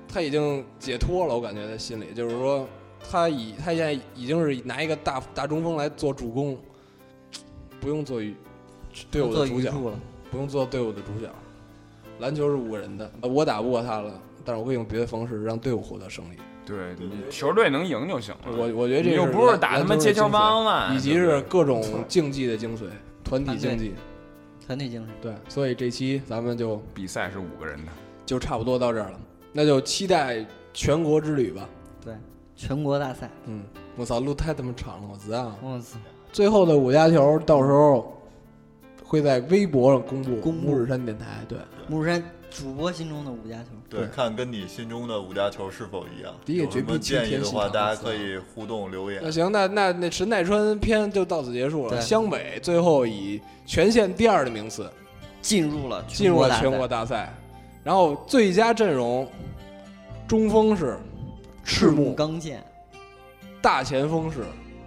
他已经解脱了。我感觉在心里，就是说他已他现在已经是拿一个大大中锋来做助攻，不用做鱼队伍做的鱼主角，柱了。不用做队伍的主角。篮球是五个人的，呃我打不过他了，但是我会用别的方式让队伍获得胜利。对，你球队能赢就行了。我我觉得这你又是不是篮打篮他妈球的街球精髓帮了以及对不是对各种竞技的精髓，团体竞技。团队精神，对，所以这期咱们就比赛是五个人的，就差不多到这儿了，那就期待全国之旅吧。对，全国大赛，嗯，我操，路太他妈长了，我知道。我操，最后的五家球到时候会在微博上公布，公布布日山电台。对，木山主播心中的五家球，对，看跟你心中的五加球是否一样。第一个有什绝么壁建议青的天话，信长大家可以互动留言那。行，那那那神奈川篇就到此结束了。对湘北最后以全县第二的名次进入了进入了全国大大赛，然后最佳阵容，中锋是赤赤木木，刚健、大前锋是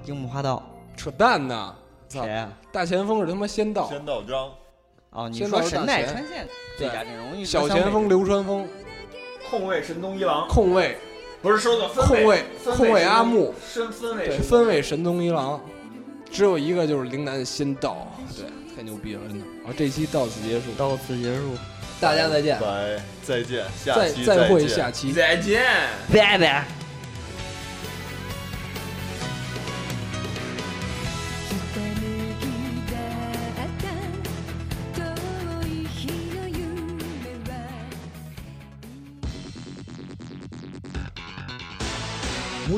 樱木花道，扯淡呢，操谁，啊？大前锋是他妈仙道，先到章，哦，你先说到神大奈前川县最对佳阵容，你说小湘北前锋流川枫，控卫神东一郎控卫不是说的控卫控卫阿木，身分对，分卫神宗一郎，只有一个就是陵南仙道，对，太牛逼了，真的。好，这期到此结束，到此结束，大家再见，拜，再见，下再期再会见。下期。再见。拜拜。 「ひたむきだった遠い日の夢は」五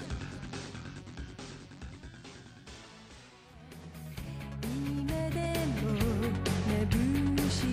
も眩しい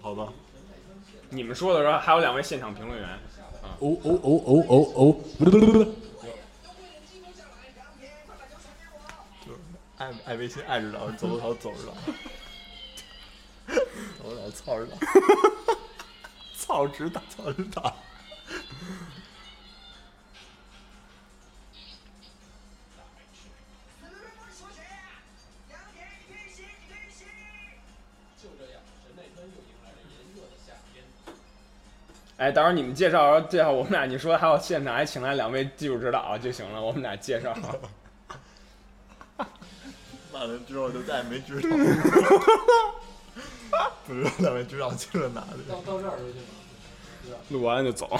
好吧，你们说的时候，还有两位现场评论员，哦哦哦哦哦哦，不不不不不，爱爱微信爱着老，走着老走着老，走着老操着老，操直打操直打。哎，到时候你们介绍介绍我们俩，你说还有现场还哎请来两位技术指导就行了，我们俩介绍。完了之后就再也没知道，不知道两位知道去了哪里。录完了就走，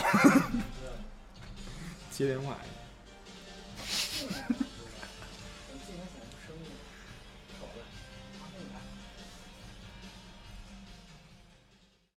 接电话。